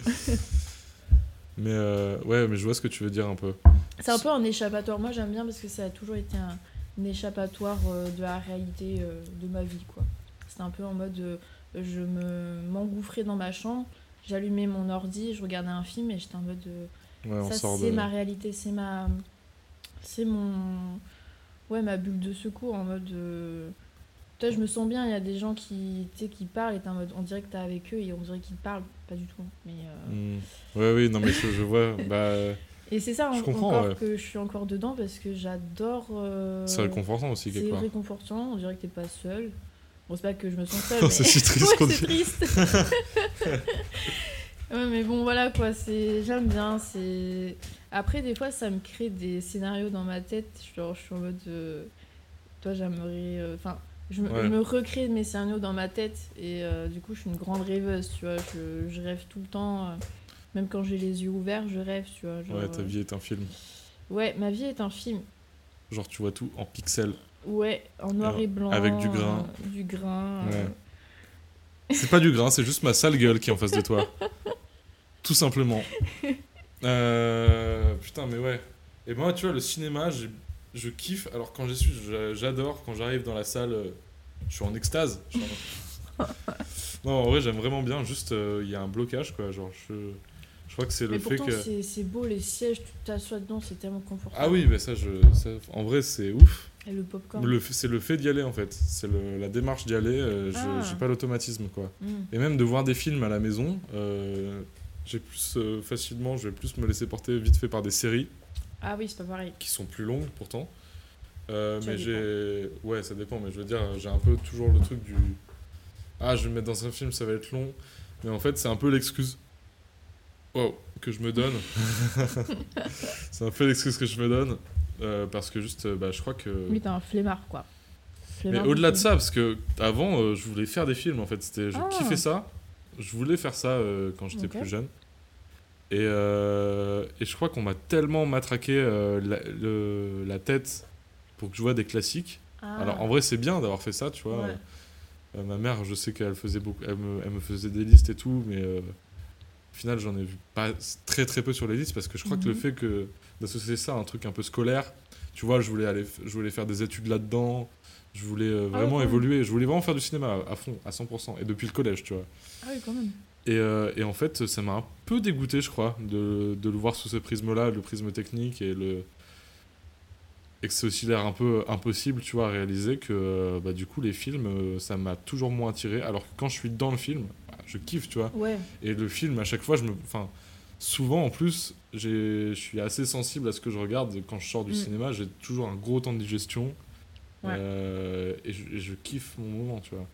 Speaker 1: Mais euh, ouais, mais je vois ce que tu veux dire un peu.
Speaker 2: C'est un peu un échappatoire. Moi, j'aime bien parce que ça a toujours été un, un échappatoire euh, de la réalité euh, de ma vie, quoi. C'était un peu en mode, euh, je me m'engouffrais dans ma chambre, j'allumais mon ordi, je regardais un film et j'étais en mode, euh,
Speaker 1: Ouais, on
Speaker 2: ça
Speaker 1: sort
Speaker 2: c'est
Speaker 1: de.
Speaker 2: ma réalité, c'est ma, c'est mon, ouais, ma bulle de secours en mode. euh, Putain, je me sens bien, il y a des gens qui, tu sais, qui parlent et t'es en mode, on dirait que t'es avec eux et on dirait qu'ils parlent, pas du tout. Mais, euh,
Speaker 1: Mm. Ouais, oui, non, mais je, je vois. Bah, euh,
Speaker 2: Et c'est ça
Speaker 1: Je
Speaker 2: en-
Speaker 1: comprends,
Speaker 2: encore
Speaker 1: ouais.
Speaker 2: que je suis encore dedans parce que j'adore. euh,
Speaker 1: c'est réconfortant aussi,
Speaker 2: c'est
Speaker 1: quelque part.
Speaker 2: réconfortant, on dirait que t'es pas seul. Bon, c'est pas que je me sens seule.
Speaker 1: Oh,
Speaker 2: mais...
Speaker 1: c'est si triste
Speaker 2: Ouais,
Speaker 1: qu'on
Speaker 2: c'est
Speaker 1: dit.
Speaker 2: triste. ouais, mais bon, voilà quoi, c'est... j'aime bien. c'est Après, des fois, ça me crée des scénarios dans ma tête. Genre, je suis en mode. euh, Toi, j'aimerais. euh, Enfin, je, me-
Speaker 1: Ouais.
Speaker 2: je me recrée mes scénarios dans ma tête. Et euh, du coup, je suis une grande rêveuse, tu vois. Je, je rêve tout le temps. euh, Même quand j'ai les yeux ouverts, je rêve, tu vois. genre,
Speaker 1: Ouais, ta
Speaker 2: euh,
Speaker 1: vie est un film.
Speaker 2: Ouais, ma vie est un film.
Speaker 1: Genre, tu vois tout en pixels.
Speaker 2: Ouais, en noir
Speaker 1: Alors,
Speaker 2: et blanc.
Speaker 1: avec du grain.
Speaker 2: euh, du grain. euh,
Speaker 1: Ouais. C'est pas du grain, c'est juste ma sale gueule qui est en face de toi. Tout simplement. Euh, putain, mais ouais. Et moi, tu vois, le cinéma, j'ai- je kiffe. Alors, quand j'y suis, j'a- j'adore. Quand j'arrive dans la salle, euh, je suis en extase. Je suis en- non, en vrai, j'aime vraiment bien. Juste, euh, il y a un blocage, quoi. Genre, je, je crois que c'est
Speaker 2: Mais
Speaker 1: le fait
Speaker 2: pourtant,
Speaker 1: que.
Speaker 2: c'est- c'est beau, les sièges, tu t'assois dedans, c'est tellement confortable.
Speaker 1: Ah oui, bah ça, je, ça, en vrai, c'est ouf.
Speaker 2: Et le popcorn.
Speaker 1: Le f- C'est le fait d'y aller, en fait. C'est le- la démarche d'y aller. euh, je-
Speaker 2: Ah.
Speaker 1: J'ai pas l'automatisme, quoi.
Speaker 2: Mm.
Speaker 1: Et même de voir des films à la maison, euh, j'ai plus euh, facilement, je vais plus me laisser porter vite fait par des séries
Speaker 2: Ah oui, c'est pas pareil.
Speaker 1: qui sont plus longues pourtant. Euh,
Speaker 2: Ça
Speaker 1: mais j'ai. Ouais, ça dépend, mais je veux dire, j'ai un peu toujours le truc du. Ah, je vais me mettre dans un film, ça va être long. Mais en fait, c'est un peu l'excuse. Wow, que je me donne. c'est un peu l'excuse que je me donne. euh, parce que juste, euh, bah, je crois que.
Speaker 2: Oui, t'es un flemmard, quoi.
Speaker 1: Mais
Speaker 2: Flemmard
Speaker 1: au-delà de
Speaker 2: du
Speaker 1: ça, parce que avant, euh, je voulais faire des films en fait. C'était, je
Speaker 2: Ah.
Speaker 1: kiffais ça. Je voulais faire ça euh, quand j'étais
Speaker 2: Ok.
Speaker 1: plus jeune. Et, euh, et je crois qu'on m'a tellement matraqué euh, la, le- la tête pour que je vois des classiques.
Speaker 2: film. Ah.
Speaker 1: Alors en vrai, c'est bien d'avoir fait ça, tu vois.
Speaker 2: Ouais.
Speaker 1: Euh, ma mère, je sais qu'elle faisait beaucoup, elle me, elle me faisait des listes et tout, mais euh, au final, j'en ai vu pas très très peu sur les listes parce que je crois que le
Speaker 2: Mhm.
Speaker 1: fait que d'associer ça à un truc un peu scolaire, tu vois, je voulais aller, f- je voulais faire des études là-dedans, je voulais euh,
Speaker 2: Ah ouais,
Speaker 1: vraiment
Speaker 2: quand même.
Speaker 1: évoluer, je voulais vraiment faire du cinéma à fond, à 100%, et depuis le collège, tu vois.
Speaker 2: Ah oui, quand même.
Speaker 1: Et, euh, et en fait, ça m'a un peu dégoûté, je crois, de, de le voir sous ce prisme-là, le prisme technique et le et que c'est aussi l'air un peu impossible, tu vois, à réaliser que euh, bah, du coup les films, euh, ça m'a toujours moins attiré. Alors que quand je suis dans le film, bah, je kiffe, tu vois.
Speaker 2: Ouais.
Speaker 1: Et le film, à chaque fois, je me, enfin, souvent en plus, j'ai- je suis assez sensible à ce que je regarde quand je sors du
Speaker 2: Mm.
Speaker 1: cinéma. J'ai toujours un gros temps de digestion
Speaker 2: Ouais.
Speaker 1: Euh, et, je, et je kiffe mon moment, tu vois.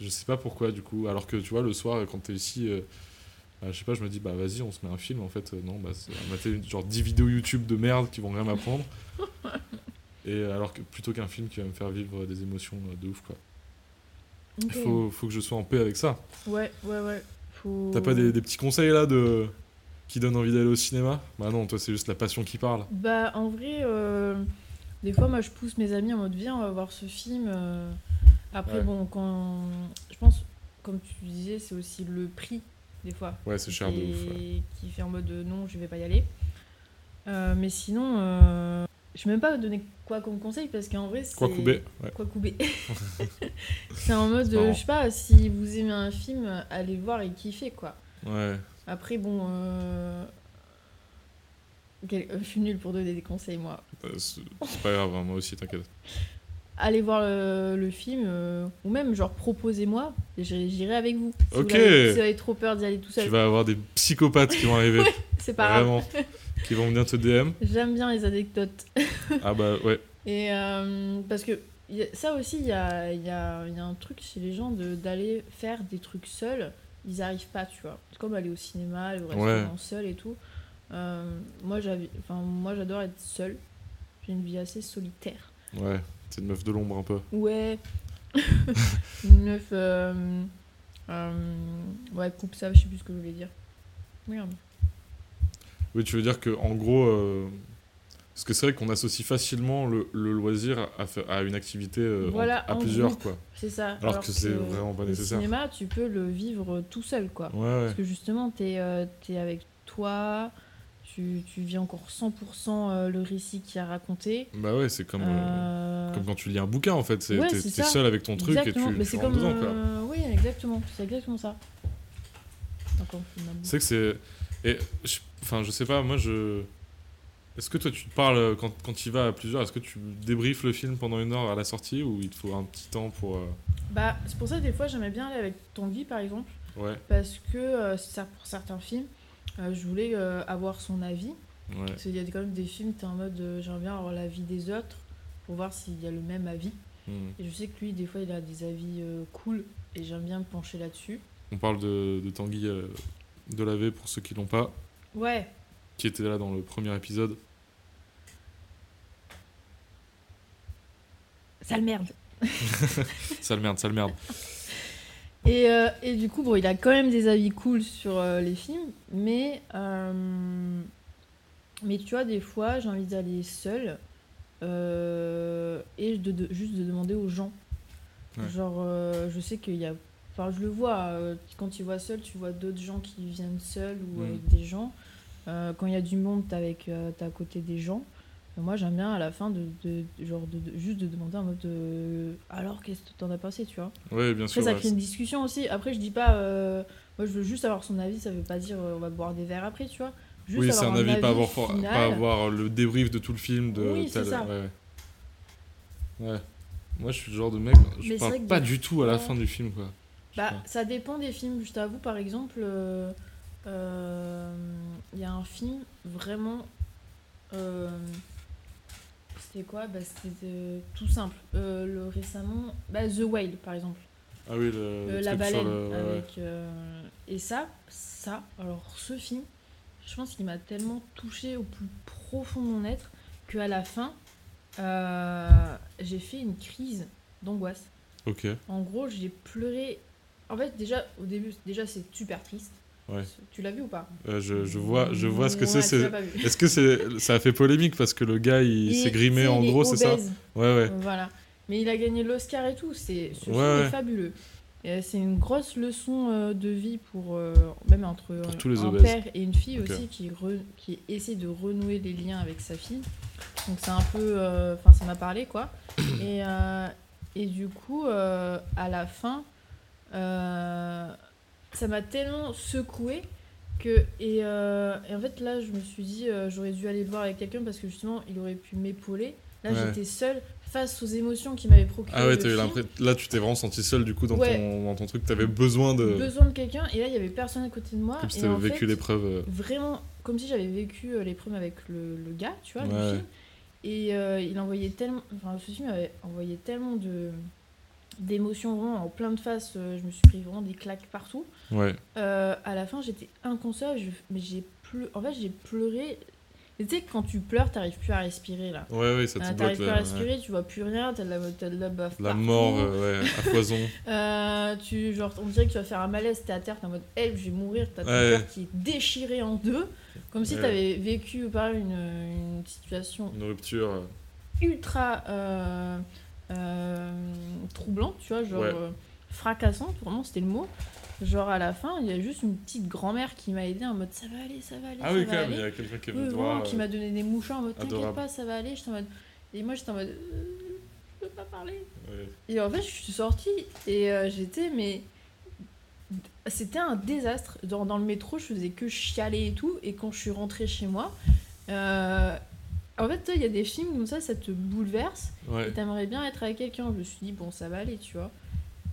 Speaker 1: Je sais pas pourquoi du coup. Alors que tu vois, le soir, quand t'es ici, euh, bah, je sais pas, je me dis bah vas-y, on se met un film. En fait, euh, non, bah c'est à mater une- genre 10 vidéos YouTube de merde qui vont rien m'apprendre. Et euh, alors que plutôt qu'un film qui va me faire vivre des émotions euh, de ouf quoi.
Speaker 2: Ok.
Speaker 1: Il faut, faut que je sois en paix avec ça.
Speaker 2: Ouais, ouais, ouais. Faut...
Speaker 1: T'as pas des, des petits conseils là de qui donnent envie d'aller au cinéma Bah non, toi c'est juste la passion qui parle.
Speaker 2: Bah, en vrai, euh, des fois, moi, je pousse mes amis en mode viens, on va voir ce film. euh. Après,
Speaker 1: Ouais.
Speaker 2: bon, quand. Je pense, comme tu disais, c'est aussi le prix, des fois.
Speaker 1: Ouais, c'est
Speaker 2: qui
Speaker 1: cher de ouf. ouais.
Speaker 2: fait- Qui fait en mode euh, non, je vais pas y aller. Euh, mais sinon, euh, je vais même pas donner quoi comme conseil parce qu'en vrai, c'est.
Speaker 1: Quoi couper ouais.
Speaker 2: Quoi couper. c'est en mode,
Speaker 1: C'est
Speaker 2: euh,
Speaker 1: marrant.
Speaker 2: je sais pas, si vous aimez un film, euh, allez le voir et kiffez quoi.
Speaker 1: ouais.
Speaker 2: Après, bon. euh, quel- euh, Je suis nulle pour donner des conseils moi.
Speaker 1: Euh, c'est c'est pas grave, hein, moi aussi, t'inquiète.
Speaker 2: Allez voir le, le film euh, ou même genre proposez-moi et j'irai j'irai avec vous. Si
Speaker 1: Ok.
Speaker 2: Vous avez, si vous avez trop peur d'y aller tout
Speaker 1: Tu
Speaker 2: seul,
Speaker 1: vas avoir des psychopathes qui vont arriver,
Speaker 2: c'est pas grave.
Speaker 1: vraiment, qui vont venir te DM.
Speaker 2: J'aime bien les anecdotes.
Speaker 1: Ah bah ouais,
Speaker 2: Et euh, parce que y a- ça aussi, il y a, il y a- il y a un truc chez les gens de- d'aller faire des trucs seuls. Ils arrivent pas, tu vois. C'est comme aller au cinéma, aller au restaurant seul et tout. Euh, moi, j'avais- enfin, moi, j'adore être seule. J'ai une vie assez solitaire.
Speaker 1: Ouais, c'est une meuf de l'ombre un peu.
Speaker 2: Ouais. Une meuf. euh, euh, ouais, coupe ça, je sais plus ce que je voulais dire. Merde.
Speaker 1: Oui, tu veux dire que en gros, euh, parce que c'est vrai qu'on associe facilement le, le loisir à, fa- à une activité euh, en-
Speaker 2: Voilà,
Speaker 1: à
Speaker 2: en
Speaker 1: plusieurs,
Speaker 2: groupe.
Speaker 1: quoi.
Speaker 2: C'est ça.
Speaker 1: Alors, que, c'est vraiment pas
Speaker 2: Le
Speaker 1: nécessaire.
Speaker 2: cinéma, tu peux le vivre tout seul, quoi.
Speaker 1: Ouais, ouais.
Speaker 2: Parce que justement, t'es euh, t'es avec toi, tu, tu vis encore 100% euh, le récit qu'il a raconté.
Speaker 1: Bah ouais, c'est comme, euh,
Speaker 2: Euh,
Speaker 1: comme quand tu lis un bouquin en fait. C'est,
Speaker 2: ouais,
Speaker 1: t'es,
Speaker 2: c'est
Speaker 1: t'es
Speaker 2: ça.
Speaker 1: seul avec ton truc
Speaker 2: exactement.
Speaker 1: et tu,
Speaker 2: Mais
Speaker 1: tu
Speaker 2: c'est
Speaker 1: rentres
Speaker 2: comme.
Speaker 1: dedans, quoi.
Speaker 2: euh, oui, exactement. C'est exactement ça. Encore une fois, ma bouche.
Speaker 1: C'est que c'est. Et je- enfin, je sais pas, moi je. Est-ce que toi tu te parles euh, quand, quand tu y vas à plusieurs Est-ce que tu débriefes le film pendant une heure à la sortie ou il te faut un petit temps pour. euh,
Speaker 2: Bah, c'est pour ça, des fois, j'aimais bien aller avec Tanguy, par exemple.
Speaker 1: Ouais,
Speaker 2: parce que euh, ça- pour certains films, euh, je voulais euh, avoir son avis.
Speaker 1: ouais.
Speaker 2: Parce qu'il y a quand même des films, t'es en mode euh, j'aimerais bien avoir l'avis des autres pour voir s'il y a le même avis.
Speaker 1: hmm.
Speaker 2: Et je sais que lui, des fois, il a des avis euh, cool et j'aime bien me pencher là-dessus.
Speaker 1: On parle de, de Tanguy euh, Delavé pour ceux qui l'ont pas,
Speaker 2: Ouais,
Speaker 1: qui était là dans le premier épisode.
Speaker 2: sale merde.
Speaker 1: Sale merde, sale merde.
Speaker 2: Et, euh, et du coup, bon, il a quand même des avis cool sur euh, les films, mais, euh, mais tu vois, des fois, j'ai envie d'aller seule euh, et de, de- juste de demander aux gens.
Speaker 1: Ouais.
Speaker 2: Genre, euh, je sais qu'il y a. Enfin, je le vois, euh, quand tu vois seul, tu vois d'autres gens qui viennent seuls ou
Speaker 1: Mhm.
Speaker 2: avec des gens. Euh, quand il y a du monde, t'es avec, euh, t'es à côté des gens. Et moi, j'aime bien à la fin de, de- genre de, de- juste de demander en mode euh, alors qu'est-ce que t'en as pensé, tu vois.
Speaker 1: Ouais, bien
Speaker 2: Après,
Speaker 1: sûr.
Speaker 2: ça
Speaker 1: ouais,
Speaker 2: crée une discussion aussi. Après, je dis pas. euh, moi, je veux juste avoir son avis. Ça veut pas dire euh, on va boire des verres après, tu vois. Juste
Speaker 1: oui, c'est un
Speaker 2: avoir
Speaker 1: avis, pas, avoir for-
Speaker 2: final.
Speaker 1: pas avoir le débrief de tout le film. De
Speaker 2: Oui, c'est
Speaker 1: tel-
Speaker 2: ça.
Speaker 1: Ouais. ouais. Ouais. Moi, je suis le genre de mec, je
Speaker 2: Mais c'est vrai
Speaker 1: parle
Speaker 2: que
Speaker 1: pas
Speaker 2: des
Speaker 1: du tout à la
Speaker 2: fois-
Speaker 1: fin du film, quoi. Je sais
Speaker 2: Bah,
Speaker 1: pas.
Speaker 2: ça dépend des films. Je t'avoue, par exemple, euh, euh, il y a un film vraiment. euh, c'était quoi bah, C'était euh, tout simple. Euh, le récemment. Bah, The Whale, par exemple.
Speaker 1: Ah oui, le,
Speaker 2: Euh,
Speaker 1: le
Speaker 2: la
Speaker 1: truc sur
Speaker 2: baleine
Speaker 1: le- ouais, ouais.
Speaker 2: avec euh, et ça ça alors ce film je pense qu'il m'a tellement touché au plus profond de mon être que à la fin euh, j'ai fait une crise d'angoisse
Speaker 1: Ok.
Speaker 2: en gros j'ai pleuré en fait déjà au début déjà c'est super triste
Speaker 1: Ouais.
Speaker 2: tu l'as vu ou pas
Speaker 1: Euh, je, je vois, je vois ce que
Speaker 2: Ouais,
Speaker 1: c'est.
Speaker 2: tu l'as
Speaker 1: c'est-
Speaker 2: pas vu.
Speaker 1: Est-ce que c'est, ça a fait polémique parce que le gars il
Speaker 2: Et,
Speaker 1: s'est
Speaker 2: tu
Speaker 1: grimé
Speaker 2: sais,
Speaker 1: en
Speaker 2: il est
Speaker 1: gros, c'est ça
Speaker 2: obèse.
Speaker 1: Ouais, ouais.
Speaker 2: Voilà. Mais il a gagné l'Oscar et tout. C'est ce
Speaker 1: Ouais,
Speaker 2: film est
Speaker 1: ouais.
Speaker 2: fabuleux. Et, euh, C'est une grosse leçon euh, de vie pour euh, même entre euh,
Speaker 1: Pour tous les
Speaker 2: un
Speaker 1: obèses.
Speaker 2: père et une fille
Speaker 1: Ok.
Speaker 2: aussi qui re- qui essaie de renouer les liens avec sa fille. Donc c'est un peu, euh, enfin ça m'a parlé quoi. et, euh, et du coup euh, à la fin, euh, ça m'a tellement secoué que et, euh, et en fait là je me suis dit euh, j'aurais dû aller le voir avec quelqu'un parce que justement il aurait pu m'épauler. Là
Speaker 1: Ouais.
Speaker 2: j'étais seule face aux émotions qui m'avaient procuré.
Speaker 1: Ah ouais,
Speaker 2: le
Speaker 1: t'as eu
Speaker 2: film.
Speaker 1: l'impression. Là, tu t'es vraiment senti seul du coup dans,
Speaker 2: Ouais.
Speaker 1: ton, dans ton truc. T'avais besoin de.
Speaker 2: besoin de quelqu'un et là il y avait personne à côté de moi
Speaker 1: Comme si
Speaker 2: et en
Speaker 1: t'avais vécu
Speaker 2: fait,
Speaker 1: l'épreuve. euh,
Speaker 2: vraiment comme si j'avais vécu euh, l'épreuve avec le, le gars, tu vois,
Speaker 1: Ouais.
Speaker 2: le film. Et euh, il envoyait tellement, enfin, ce film avait envoyé tellement de d'émotions vraiment en plein de face. euh, je me suis pris vraiment des claques partout.
Speaker 1: Ouais.
Speaker 2: Euh, à la fin, j'étais inconsolable, je- mais j'ai pleu... en fait j'ai pleuré. Et Tu sais que quand tu pleures, t'arrives plus à respirer là.
Speaker 1: Ouais, ouais, ça
Speaker 2: Euh,
Speaker 1: te
Speaker 2: T'arrives
Speaker 1: bloque
Speaker 2: plus à
Speaker 1: là. ouais.
Speaker 2: respirer, tu vois plus rien, t'as de la, t'as de la baffe.
Speaker 1: Ah, La
Speaker 2: partout.
Speaker 1: mort, euh, ouais, à foison.
Speaker 2: Euh, tu, genre, on dirait que tu vas faire un malaise, t'es à terre, t'es en mode help, je vais mourir, t'as ton
Speaker 1: Ouais.
Speaker 2: cœur qui est déchiré en deux, comme si
Speaker 1: Ouais.
Speaker 2: t'avais vécu pareil, une, une situation
Speaker 1: Une rupture. euh,
Speaker 2: ultra euh, euh, troublante, tu vois, genre
Speaker 1: Ouais.
Speaker 2: euh, fracassante, vraiment c'était le mot. Genre à la fin, il y a juste une petite grand-mère qui m'a aidé en mode ça va aller, ça va aller,
Speaker 1: Ah
Speaker 2: ça
Speaker 1: oui,
Speaker 2: va
Speaker 1: quand même,
Speaker 2: aller.
Speaker 1: il y a quelqu'un qui est
Speaker 2: Oui,
Speaker 1: venu te
Speaker 2: vraiment,
Speaker 1: voir.
Speaker 2: qui m'a donné des mouchins en mode t'inquiète
Speaker 1: euh, adorable.
Speaker 2: pas, ça va aller, j'étais en mode... et moi j'étais en mode Euh, je peux pas parler.
Speaker 1: euh, ouais.
Speaker 2: Et en fait, je suis sortie et euh, j'étais, mais. C'était un désastre. Dans, dans le métro, je faisais que chialer et tout. Et quand je suis rentrée chez moi, euh, en fait, il y a des films comme ça, ça te bouleverse.
Speaker 1: Ouais.
Speaker 2: Et t'aimerais bien être avec quelqu'un. Je me suis dit, bon, ça va aller, tu vois.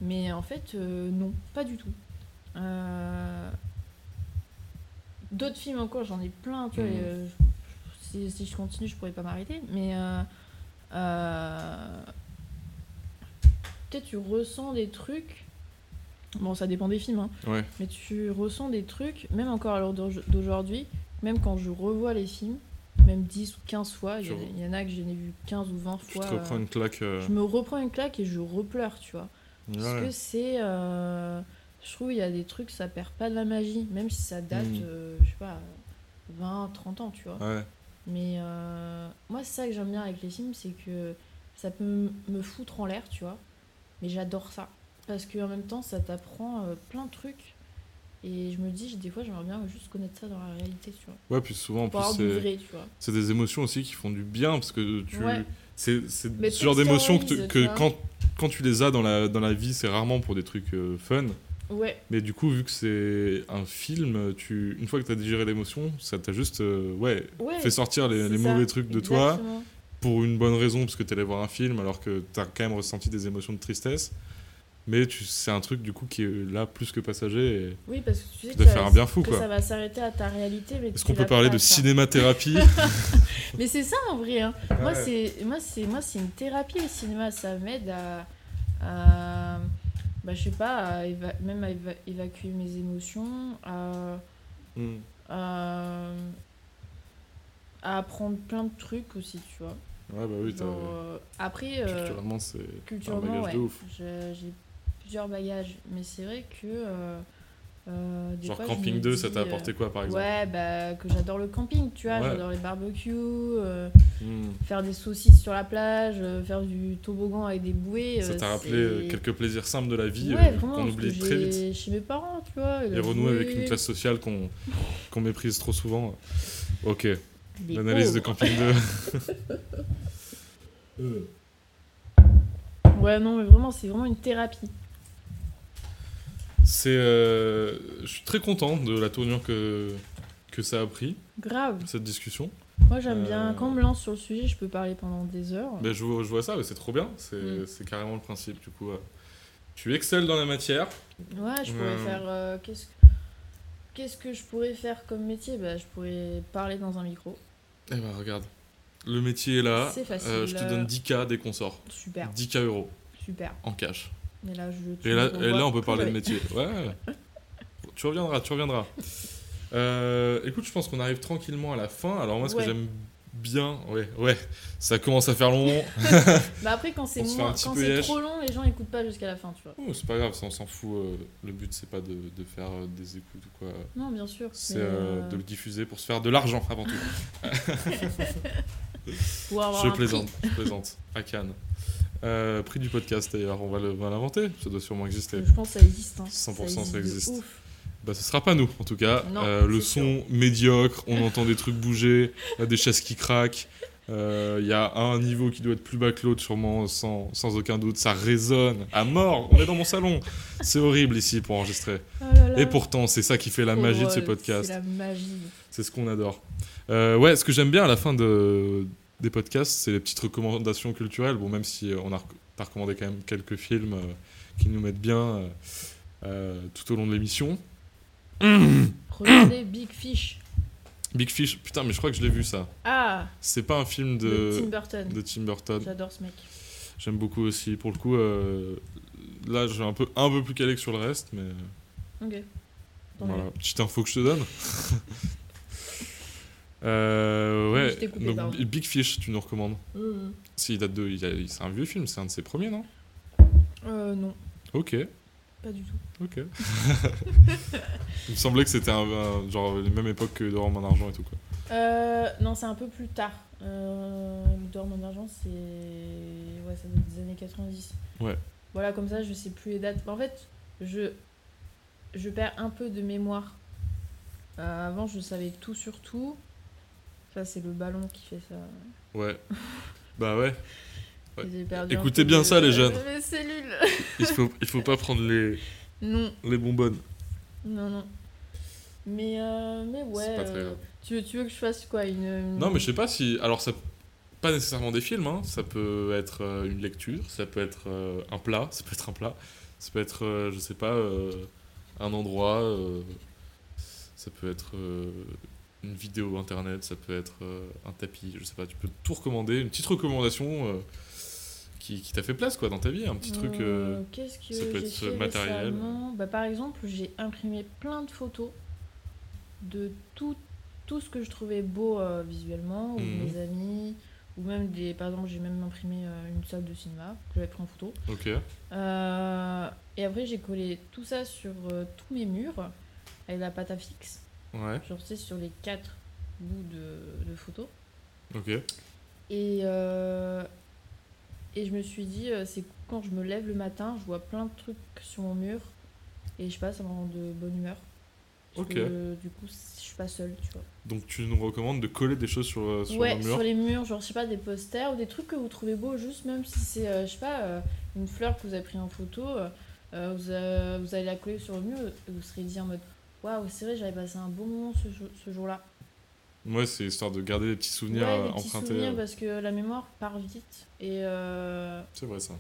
Speaker 2: Mais en fait, euh, non, pas du tout. Euh, D'autres films encore, j'en ai plein, tu vois.
Speaker 1: Mhm.
Speaker 2: et, euh, je- si, si je continue, je pourrais pas m'arrêter. Mais. euh, euh, peut-être tu ressens des trucs. Bon, ça dépend des films, hein,
Speaker 1: Ouais.
Speaker 2: mais tu ressens des trucs, même encore à l'heure d'au- d'aujourd'hui, même quand je revois les films, même 10 ou 15 fois, il y,
Speaker 1: Tu
Speaker 2: en a-
Speaker 1: re-
Speaker 2: il y en a que j'ai vu 15 ou 20
Speaker 1: Tu
Speaker 2: fois.
Speaker 1: te reprends
Speaker 2: euh,
Speaker 1: une claque. euh,
Speaker 2: Je me reprends une claque et je repleure, tu vois. Parce
Speaker 1: ouais.
Speaker 2: que c'est. euh, je trouve il y a des trucs, ça perd pas de la magie, même si ça date,
Speaker 1: Mm.
Speaker 2: euh, je sais pas, 20, 30 ans, tu vois.
Speaker 1: Ouais.
Speaker 2: Mais euh, moi, c'est ça que j'aime bien avec les films, c'est que ça peut m- me foutre en l'air, tu vois. Mais j'adore ça. Parce qu'en même temps, ça t'apprend euh, plein de trucs. Et je me dis, des fois, j'aimerais bien juste connaître ça dans la réalité, tu vois.
Speaker 1: Ouais, puis souvent, en
Speaker 2: Pour avoir
Speaker 1: plus, euh,
Speaker 2: du
Speaker 1: c'est-
Speaker 2: vrai, tu vois.
Speaker 1: c'est des émotions aussi qui font du bien parce que tu.
Speaker 2: Ouais.
Speaker 1: C'est c'est
Speaker 2: Mais
Speaker 1: ce genre d'émotions que, tu-
Speaker 2: texturise,
Speaker 1: que
Speaker 2: tu vois.
Speaker 1: quand, quand tu les as dans la, dans la vie, c'est rarement pour des trucs euh, fun.
Speaker 2: Ouais,
Speaker 1: Mais du coup, vu que c'est un film, tu, une fois que tu as digéré l'émotion, ça t'a juste euh, ouais,
Speaker 2: ouais.
Speaker 1: fait sortir les,
Speaker 2: c'est
Speaker 1: les
Speaker 2: ça,
Speaker 1: mauvais trucs de toi
Speaker 2: exactement.
Speaker 1: pour une bonne raison, parce que tu allé voir un film alors que tu as quand même ressenti des émotions de tristesse. Mais tu- c'est un truc du coup qui est là plus que passager
Speaker 2: Oui, parce que tu sais
Speaker 1: et
Speaker 2: que,
Speaker 1: de
Speaker 2: ça,
Speaker 1: faire un bien fou
Speaker 2: que
Speaker 1: quoi.
Speaker 2: ça va s'arrêter à ta réalité. mais
Speaker 1: Est-ce
Speaker 2: tu
Speaker 1: qu'on peut
Speaker 2: l'as
Speaker 1: parler
Speaker 2: pas,
Speaker 1: de
Speaker 2: ça.
Speaker 1: cinémathérapie
Speaker 2: Mais c'est ça en vrai. hein.
Speaker 1: Ah
Speaker 2: Moi,
Speaker 1: Ouais.
Speaker 2: c'est moi, c'est moi, c'est une thérapie le cinéma. Ça m'aide à, à- bah, je sais pas, à éva- même à éva- évacuer mes émotions, à,
Speaker 1: Mm.
Speaker 2: à- à apprendre plein de trucs aussi, tu vois.
Speaker 1: Ouais, bah oui, t'as-
Speaker 2: Genre, euh, après, euh,
Speaker 1: culturellement, c'est un
Speaker 2: culturellement,
Speaker 1: bagage
Speaker 2: ouais,
Speaker 1: de ouf.
Speaker 2: je- j'ai plusieurs bagages, mais c'est vrai que euh, euh, des
Speaker 1: Genre
Speaker 2: fois, je me
Speaker 1: Camping 2, ça
Speaker 2: dis,
Speaker 1: t'a
Speaker 2: euh,
Speaker 1: apporté quoi par exemple
Speaker 2: Ouais, bah que j'adore le camping, tu vois,
Speaker 1: Ouais.
Speaker 2: j'adore les barbecues. euh,
Speaker 1: Mm.
Speaker 2: faire des saucisses sur la plage, euh, faire du toboggan avec des bouées.
Speaker 1: Ça
Speaker 2: euh,
Speaker 1: t'a rappelé
Speaker 2: c'est-
Speaker 1: euh, quelques plaisirs simples de la vie
Speaker 2: Ouais,
Speaker 1: euh,
Speaker 2: vraiment,
Speaker 1: qu'on
Speaker 2: parce
Speaker 1: oublie
Speaker 2: que
Speaker 1: très
Speaker 2: j'ai-
Speaker 1: vite.
Speaker 2: Chez mes parents, tu vois.
Speaker 1: Et renouer avec une classe sociale qu'on qu'on méprise trop souvent. Ok, l'analyse de Camping 2. Euh,
Speaker 2: Ouais, non, mais vraiment, c'est vraiment une thérapie.
Speaker 1: C'est, euh, je suis très content de la tournure que, que ça a pris,
Speaker 2: Grave.
Speaker 1: cette discussion.
Speaker 2: Moi, j'aime
Speaker 1: Euh,
Speaker 2: bien. Quand on me lance sur le sujet, je peux parler pendant des heures.
Speaker 1: Ben, je, vois- je vois ça, mais c'est trop bien, c'est
Speaker 2: Mm.
Speaker 1: c'est carrément le principe. Du coup, euh, tu excelles dans la matière.
Speaker 2: Ouais, je pourrais
Speaker 1: Euh.
Speaker 2: faire. euh, Qu'est-ce que. Qu'est-ce que je pourrais faire comme métier bah, Je pourrais parler dans un micro.
Speaker 1: Eh ben regarde, le métier est là.
Speaker 2: C'est facile.
Speaker 1: Euh, je te donne 10K dès qu'on sort.
Speaker 2: Super,
Speaker 1: 10K euros
Speaker 2: super.
Speaker 1: en cash.
Speaker 2: Mais là, je. tu
Speaker 1: Et là,
Speaker 2: me
Speaker 1: et là, on peut
Speaker 2: revois
Speaker 1: parler de
Speaker 2: pleurer.
Speaker 1: métier. Ouais. ouais. tu reviendras, tu reviendras. Euh, écoute, je pense qu'on arrive tranquillement à la fin. Alors moi, ce
Speaker 2: Ouais.
Speaker 1: que j'aime bien, ouais, ouais, ça commence à faire long.
Speaker 2: Bah après, quand c'est
Speaker 1: On se fait
Speaker 2: moins-
Speaker 1: un petit
Speaker 2: quand
Speaker 1: peu
Speaker 2: c'est
Speaker 1: yesh.
Speaker 2: trop long, les gens écoutent pas jusqu'à la fin, tu vois.
Speaker 1: Oh, c'est pas grave, ça, on s'en fout. euh, Le but, c'est pas de, de faire euh, des écoutes ou quoi.
Speaker 2: Non, bien sûr.
Speaker 1: C'est
Speaker 2: mais,
Speaker 1: euh,
Speaker 2: euh,
Speaker 1: de le diffuser pour se faire de l'argent avant tout.
Speaker 2: pour avoir un
Speaker 1: Je
Speaker 2: prix.
Speaker 1: plaisante, je plaisante. À Cannes. Euh, prix du podcast d'ailleurs, on va le- on va l'inventer. Ça doit sûrement exister.
Speaker 2: Je pense que ça existe. Hein.
Speaker 1: 100% ça
Speaker 2: de
Speaker 1: existe.
Speaker 2: ouf.
Speaker 1: Bah, ce sera pas nous, en tout cas.
Speaker 2: Non,
Speaker 1: Euh, le
Speaker 2: c'est
Speaker 1: son médiocre, on entend des trucs bouger, euh, des chaises qui craquent. Euh, Il y a un niveau qui doit être plus bas que l'autre, sûrement, sans, sans aucun doute. Ça résonne à mort. On est dans mon salon. C'est horrible ici pour enregistrer.
Speaker 2: Oh là là.
Speaker 1: Et pourtant, c'est ça qui fait la
Speaker 2: Oh,
Speaker 1: magie de ce
Speaker 2: euh,
Speaker 1: podcast.
Speaker 2: C'est la magie.
Speaker 1: C'est ce qu'on adore. Euh, ouais, ce que j'aime bien à la fin de, des podcasts, c'est les petites recommandations culturelles. Bon, même si euh, on a rec- t'as recommandé quand même quelques films euh, qui nous mettent bien euh, euh, tout au long de l'émission.
Speaker 2: Regardez Big Fish.
Speaker 1: Big Fish, putain, mais je crois que je l'ai vu ça.
Speaker 2: Ah,
Speaker 1: C'est pas un film
Speaker 2: de, Tim
Speaker 1: de,
Speaker 2: Burton.
Speaker 1: de Tim Burton.
Speaker 2: J'adore ce mec.
Speaker 1: J'aime beaucoup aussi. Pour le coup, euh, là, j'ai un peu, un peu plus calé que sur le reste, mais euh,
Speaker 2: Ok. Tant mieux.
Speaker 1: voilà. Petite info que je te donne. Euh,
Speaker 2: Je
Speaker 1: ouais,
Speaker 2: t'ai coupé,
Speaker 1: donc,
Speaker 2: pardon.
Speaker 1: Bi- Big Fish, tu nous recommandes.
Speaker 2: Mhm.
Speaker 1: Si, il date de. il a- il- C'est un vieux film, c'est un de ses premiers, non
Speaker 2: Euh, non,
Speaker 1: Ok,
Speaker 2: pas du tout.
Speaker 1: ok. il me semblait que c'était un, un- genre la même époque que Dehors mon argent et tout, quoi.
Speaker 2: Euh, non, c'est un peu plus tard. Euh, le Dehors mon argent, c'est. Ouais, ça doit être des années 90.
Speaker 1: Ouais.
Speaker 2: Voilà, comme ça, je sais plus les dates. En fait, je. Je perds un peu de mémoire. Euh, avant, je savais tout sur tout. Ça, c'est le ballon qui fait ça.
Speaker 1: Ouais. bah ouais. Ouais.
Speaker 2: Et j'ai perdu un
Speaker 1: Écoutez
Speaker 2: peu
Speaker 1: bien
Speaker 2: de-
Speaker 1: ça, les jeunes.
Speaker 2: de Mes cellules.
Speaker 1: Il faut, il faut pas prendre les,
Speaker 2: non,
Speaker 1: les bonbonnes.
Speaker 2: non, non. Mais, euh, mais ouais.
Speaker 1: C'est pas très
Speaker 2: euh,
Speaker 1: grave.
Speaker 2: tu, veux, tu veux que je fasse quoi une, une-
Speaker 1: Non, mais je sais pas si. Alors, ça. Pas nécessairement des films, hein. ça peut être euh, une lecture, ça peut être euh, un plat, ça peut être un plat, ça peut être, euh, je sais pas, euh, un endroit, euh, ça peut être euh, une vidéo internet, ça peut être euh, un tapis, je sais pas, tu peux tout recommander, une petite recommandation euh, qui qui, qui t'a fait place quoi dans ta vie, un petit truc. euh,
Speaker 2: Qu'est-ce que
Speaker 1: ça peut
Speaker 2: j'ai
Speaker 1: être euh,
Speaker 2: fait
Speaker 1: matériel.
Speaker 2: récemment Bah, Par exemple, j'ai imprimé plein de photos de tout, tout ce que je trouvais beau euh, visuellement, ou
Speaker 1: Mhm.
Speaker 2: mes amis, ou même des. Par exemple, j'ai même imprimé euh, une salle de cinéma que j'avais pris en photo.
Speaker 1: Ok.
Speaker 2: Euh, et après, j'ai collé tout ça sur euh, tous mes murs avec la pâte à fixe,
Speaker 1: Ouais.
Speaker 2: genre tu sais, sur les quatre bouts de, de photos.
Speaker 1: Ok.
Speaker 2: Et, euh, et je me suis dit, euh, c'est quand je me lève le matin, je vois plein de trucs sur mon mur. Et je sais pas, ça me rend de bonne humeur. Parce
Speaker 1: Ok.
Speaker 2: que, euh, du coup, je suis pas seule, tu vois.
Speaker 1: Donc tu nous recommandes de coller des choses sur, euh, sur
Speaker 2: ouais,
Speaker 1: le mur.
Speaker 2: sur les murs, genre, je sais pas, des posters ou des trucs que vous trouvez beaux, juste même si c'est, euh, je sais pas, euh, une fleur que vous avez pris en photo, euh, euh, vous, euh, vous allez la coller sur le mur et vous serez dit en mode, waouh, c'est vrai, j'avais passé un bon moment ce, jour- ce jour-là.
Speaker 1: Ouais, c'est histoire de garder des petits souvenirs
Speaker 2: ouais,
Speaker 1: euh,
Speaker 2: des petits
Speaker 1: empruntés.
Speaker 2: souvenirs bah.
Speaker 1: euh,
Speaker 2: parce que la mémoire part vite. Et. euh,
Speaker 1: C'est vrai ça.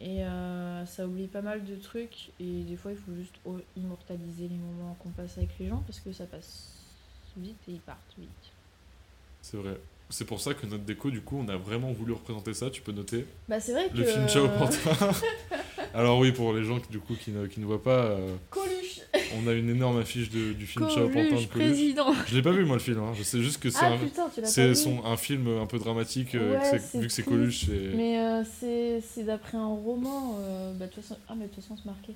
Speaker 2: Et euh, ça oublie pas mal de trucs. Et des fois, il faut juste o- immortaliser les moments qu'on passe avec les gens parce que ça passe vite et ils partent vite.
Speaker 1: C'est vrai. C'est pour ça que notre déco, du coup, on a vraiment voulu représenter ça. Tu peux noter
Speaker 2: Bah, c'est vrai que.
Speaker 1: le film Ciao Pantin. Alors oui, pour les gens qui, du coup qui ne, qui ne voient pas, euh,
Speaker 2: Coluche,
Speaker 1: on a une énorme affiche de- du film Ciao Pantin de Coluche.
Speaker 2: Coluche, président.
Speaker 1: Je l'ai pas vu moi le film. hein. Je sais juste que c'est
Speaker 2: Ah
Speaker 1: un,
Speaker 2: putain, tu l'as pas
Speaker 1: c'est
Speaker 2: vu.
Speaker 1: son- un film un peu dramatique euh, que
Speaker 2: Ouais,
Speaker 1: c'est-
Speaker 2: c'est
Speaker 1: vu que c'est
Speaker 2: triste,
Speaker 1: Coluche. c'est-
Speaker 2: Mais euh, c'est c'est d'après un roman. euh, bah, de toute façon... Ah, mais de toute façon, c'est marqué.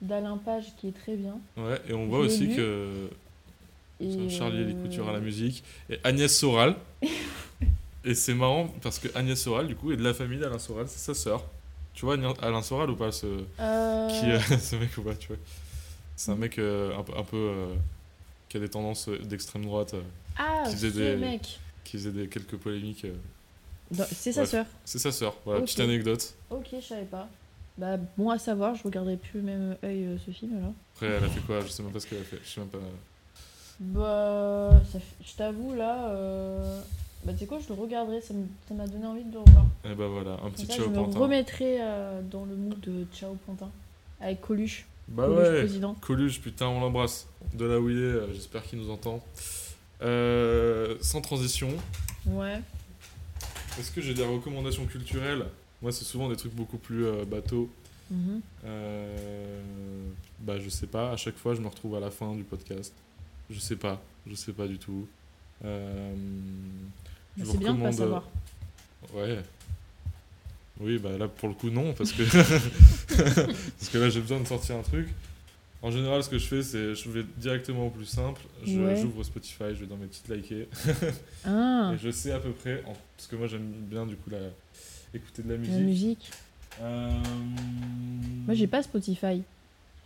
Speaker 2: D'Alain Page qui est très bien.
Speaker 1: Ouais, et on voit
Speaker 2: l'ai
Speaker 1: aussi
Speaker 2: lu.
Speaker 1: que
Speaker 2: Et,
Speaker 1: Charlie les
Speaker 2: euh,
Speaker 1: coutures à la musique et Agnès Soral. et c'est marrant parce que Agnès Soral, du coup, est de la famille d'Alain Soral, c'est sa sœur. Tu vois Agna- Alain Soral ou pas ce,
Speaker 2: euh,
Speaker 1: qui, euh, ce mec ou pas, tu vois C'est un
Speaker 2: Mm.
Speaker 1: mec euh, un, peu- un peu euh, qui a des tendances euh, d'extrême droite, euh,
Speaker 2: Ah,
Speaker 1: qui faisait
Speaker 2: ce
Speaker 1: des-
Speaker 2: mec.
Speaker 1: qui faisait des, quelques polémiques. euh.
Speaker 2: Non, C'est sa
Speaker 1: Bref.
Speaker 2: sœur.
Speaker 1: C'est sa sœur, voilà,
Speaker 2: Ok.
Speaker 1: petite anecdote.
Speaker 2: Ok, je savais pas. Bah, bon à savoir, je regarderai plus même œil euh, ce film alors.
Speaker 1: Après, elle a fait
Speaker 2: Mm.
Speaker 1: quoi Je sais même pas ce qu'elle a fait. Je sais même pas.
Speaker 2: Bah, ça fait- je t'avoue là, euh, bah tu sais quoi, je le regarderai, ça me- ça m'a donné envie de le revoir.
Speaker 1: Et bah voilà, un petit
Speaker 2: Comme ça,
Speaker 1: ciao
Speaker 2: je me
Speaker 1: Pantin.
Speaker 2: remettrai euh, dans le mood de Ciao Pantin avec Coluche,
Speaker 1: Bah
Speaker 2: Coluche
Speaker 1: ouais,
Speaker 2: président.
Speaker 1: Coluche, putain, on l'embrasse. De là où il est, euh, j'espère qu'il nous entend. Euh, sans transition,
Speaker 2: Ouais.
Speaker 1: est-ce que j'ai des recommandations culturelles Moi, c'est souvent des trucs beaucoup plus euh, bateaux.
Speaker 2: Mhm.
Speaker 1: Euh, bah, je sais pas. À chaque fois, je me retrouve à la fin du podcast. Je sais pas. Je sais pas du tout. Euh,
Speaker 2: Bah,
Speaker 1: je vous
Speaker 2: C'est bien de pas
Speaker 1: recommande,
Speaker 2: savoir.
Speaker 1: Ouais. Oui, bah là pour le coup non, parce que parce que là j'ai besoin de sortir un truc. En général, ce que je fais, c'est je vais directement au plus simple. Je-
Speaker 2: Ouais.
Speaker 1: J'ouvre Spotify, je vais dans mes petites likées euh,
Speaker 2: Ah,
Speaker 1: et je sais à peu près, en- parce que moi j'aime bien du coup la, écouter de la
Speaker 2: la
Speaker 1: musique.
Speaker 2: musique.
Speaker 1: Euh,
Speaker 2: Moi j'ai pas Spotify.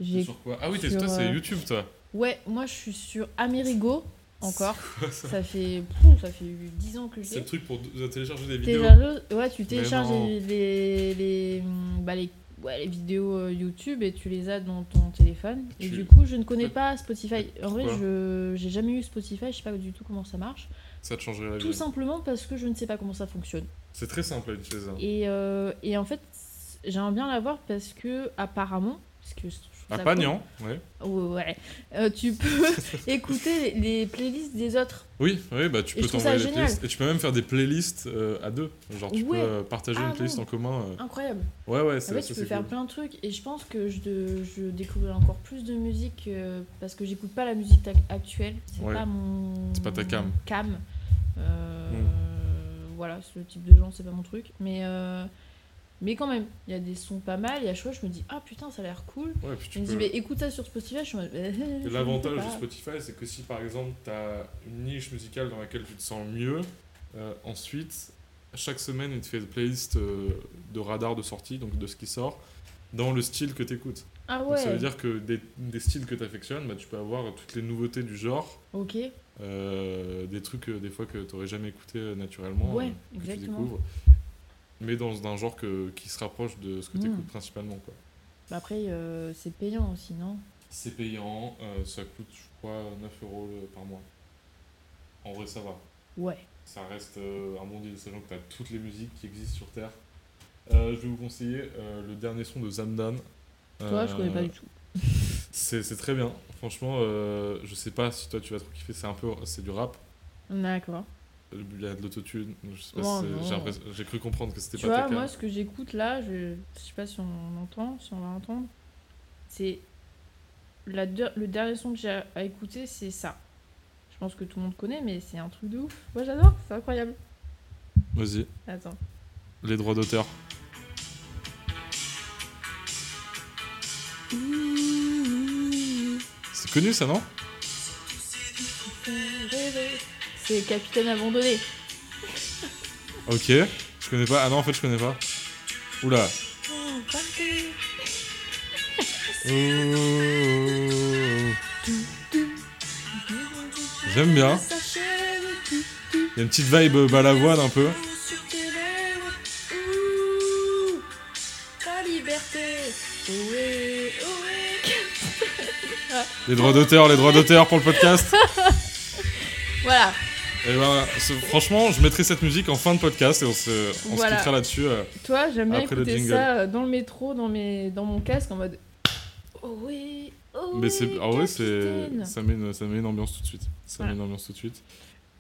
Speaker 2: J'ai
Speaker 1: Sur quoi Ah oui, t'es-
Speaker 2: sur,
Speaker 1: toi c'est
Speaker 2: euh,
Speaker 1: YouTube toi.
Speaker 2: Ouais, moi je suis sur Amerigo encore.
Speaker 1: Quoi, ça
Speaker 2: ça fait pouf, ça fait 10 ans que je
Speaker 1: C'est
Speaker 2: l'ai.
Speaker 1: le truc pour de- télécharger des vidéos.
Speaker 2: Télécharge- ouais, tu télécharges
Speaker 1: non.
Speaker 2: les, les, les, hum, bah, les- ouais, les vidéos euh, YouTube et tu les as dans ton téléphone. Et
Speaker 1: Tu-
Speaker 2: du coup, je ne connais
Speaker 1: Ouais.
Speaker 2: pas Spotify. En vrai,
Speaker 1: Pourquoi
Speaker 2: je j'ai jamais eu Spotify, je sais pas du tout comment ça marche.
Speaker 1: Ça te changerait la
Speaker 2: Tout
Speaker 1: vie.
Speaker 2: simplement parce que je ne sais pas comment ça fonctionne.
Speaker 1: C'est très simple à utiliser. hein.
Speaker 2: Et, euh, et en fait, j'aimerais bien l'avoir parce que, apparemment, parce que je trouve
Speaker 1: À
Speaker 2: ça
Speaker 1: Pagnan, ouais.
Speaker 2: cool. Ouais, ouais. Euh, tu peux écouter les, les playlists des autres.
Speaker 1: Oui, oui, bah tu
Speaker 2: Et
Speaker 1: peux
Speaker 2: je trouve ça
Speaker 1: t'envoyer des
Speaker 2: génial.
Speaker 1: playlists. Et tu peux même faire des playlists euh, à deux. Genre tu
Speaker 2: Ouais.
Speaker 1: peux euh, partager
Speaker 2: Ah
Speaker 1: une playlist
Speaker 2: non.
Speaker 1: en commun. euh.
Speaker 2: Incroyable.
Speaker 1: Ouais, ouais,
Speaker 2: Ah
Speaker 1: c'est
Speaker 2: ouais,
Speaker 1: ça,
Speaker 2: tu peux
Speaker 1: c'est
Speaker 2: faire
Speaker 1: cool.
Speaker 2: plein de trucs et je pense que je, de- je découvrirai encore plus de musique euh, parce que j'écoute pas la musique tac- actuelle. C'est
Speaker 1: Ouais.
Speaker 2: pas mon.
Speaker 1: C'est pas ta cam. Hmm.
Speaker 2: mon cam. Euh, Voilà, ce type de gens, c'est pas mon truc. Mais, euh, mais quand même, il y a des sons pas mal. Il y a choses, je me dis, ah putain, ça a l'air cool.
Speaker 1: Ouais, puis
Speaker 2: Je
Speaker 1: tu
Speaker 2: me dis,
Speaker 1: peux-
Speaker 2: mais écoute ça sur Spotify. Je suis en mode, euh, je
Speaker 1: Et
Speaker 2: ne
Speaker 1: L'avantage
Speaker 2: peux
Speaker 1: de
Speaker 2: pas.
Speaker 1: Spotify, c'est que si par exemple tu as une niche musicale dans laquelle tu te sens mieux, euh, ensuite, chaque semaine, il te fait des playlists euh, de radar de sortie, donc de ce qui sort, dans le style que tu écoutes.
Speaker 2: Ah
Speaker 1: Donc, ça
Speaker 2: ouais,
Speaker 1: veut dire que des, des styles que tu affectionnes, bah, tu peux avoir toutes les nouveautés du genre,
Speaker 2: ok.
Speaker 1: euh, des trucs euh, des fois que tu jamais écouté euh, naturellement. euh,
Speaker 2: Ouais,
Speaker 1: que tu
Speaker 2: exactement.
Speaker 1: découvres, mais dans un genre que, qui se rapproche de ce que
Speaker 2: Mm.
Speaker 1: tu écoutes principalement. Quoi.
Speaker 2: Bah après, euh, c'est payant aussi, non
Speaker 1: C'est payant, euh, ça coûte, je crois, 9 euros le- par mois. En vrai, ça va.
Speaker 2: Ouais.
Speaker 1: Ça reste euh, un bon deal, sachant que tu as toutes les musiques qui existent sur Terre. Euh, je vais vous conseiller euh, le dernier son de Zamdan.
Speaker 2: Toi, je connais pas
Speaker 1: Euh,
Speaker 2: du tout.
Speaker 1: C'est c'est très bien. Franchement, euh, je sais pas si toi tu vas trop kiffer. C'est un peu, c'est du rap.
Speaker 2: D'accord.
Speaker 1: il y a de l'autotune. Je sais pas
Speaker 2: Non,
Speaker 1: si c'est-
Speaker 2: Oh non.
Speaker 1: j'ai l'impression- J'ai cru comprendre que c'était
Speaker 2: Tu
Speaker 1: pas
Speaker 2: vois,
Speaker 1: ta cam.
Speaker 2: moi, ce que j'écoute là, je... je sais pas si on entend, si on va entendre, c'est. La der- Le dernier son que j'ai à- à écouter, c'est ça. Je pense que tout le monde connaît, mais c'est un truc de ouf. Moi, j'adore, c'est incroyable.
Speaker 1: Vas-y,
Speaker 2: Attends.
Speaker 1: les droits d'auteur. C'est connu ça, non
Speaker 2: C'est Capitaine Abandonné.
Speaker 1: Ok, je connais pas. Ah non, en fait, je connais pas. Oula. Oh, oh, oh. J'aime bien. Il y a une petite vibe euh, balavoine un peu. Les droits d'auteur, les droits d'auteur pour le podcast.
Speaker 2: Voilà,
Speaker 1: Et ben, ce- franchement, je mettrai cette musique en fin de podcast et on se, on se
Speaker 2: Voilà.
Speaker 1: quittera là-dessus. euh.
Speaker 2: toi j'aime bien
Speaker 1: Après le
Speaker 2: écouter
Speaker 1: jingle.
Speaker 2: ça euh, dans le métro, dans, mes... dans mon casque en mode. Oh oui, oh
Speaker 1: Mais c'est,
Speaker 2: oui,
Speaker 1: en vrai,
Speaker 2: capitaine.
Speaker 1: c'est, ça met, une, ça met une ambiance tout de suite. Ça
Speaker 2: Voilà.
Speaker 1: met une ambiance tout de suite.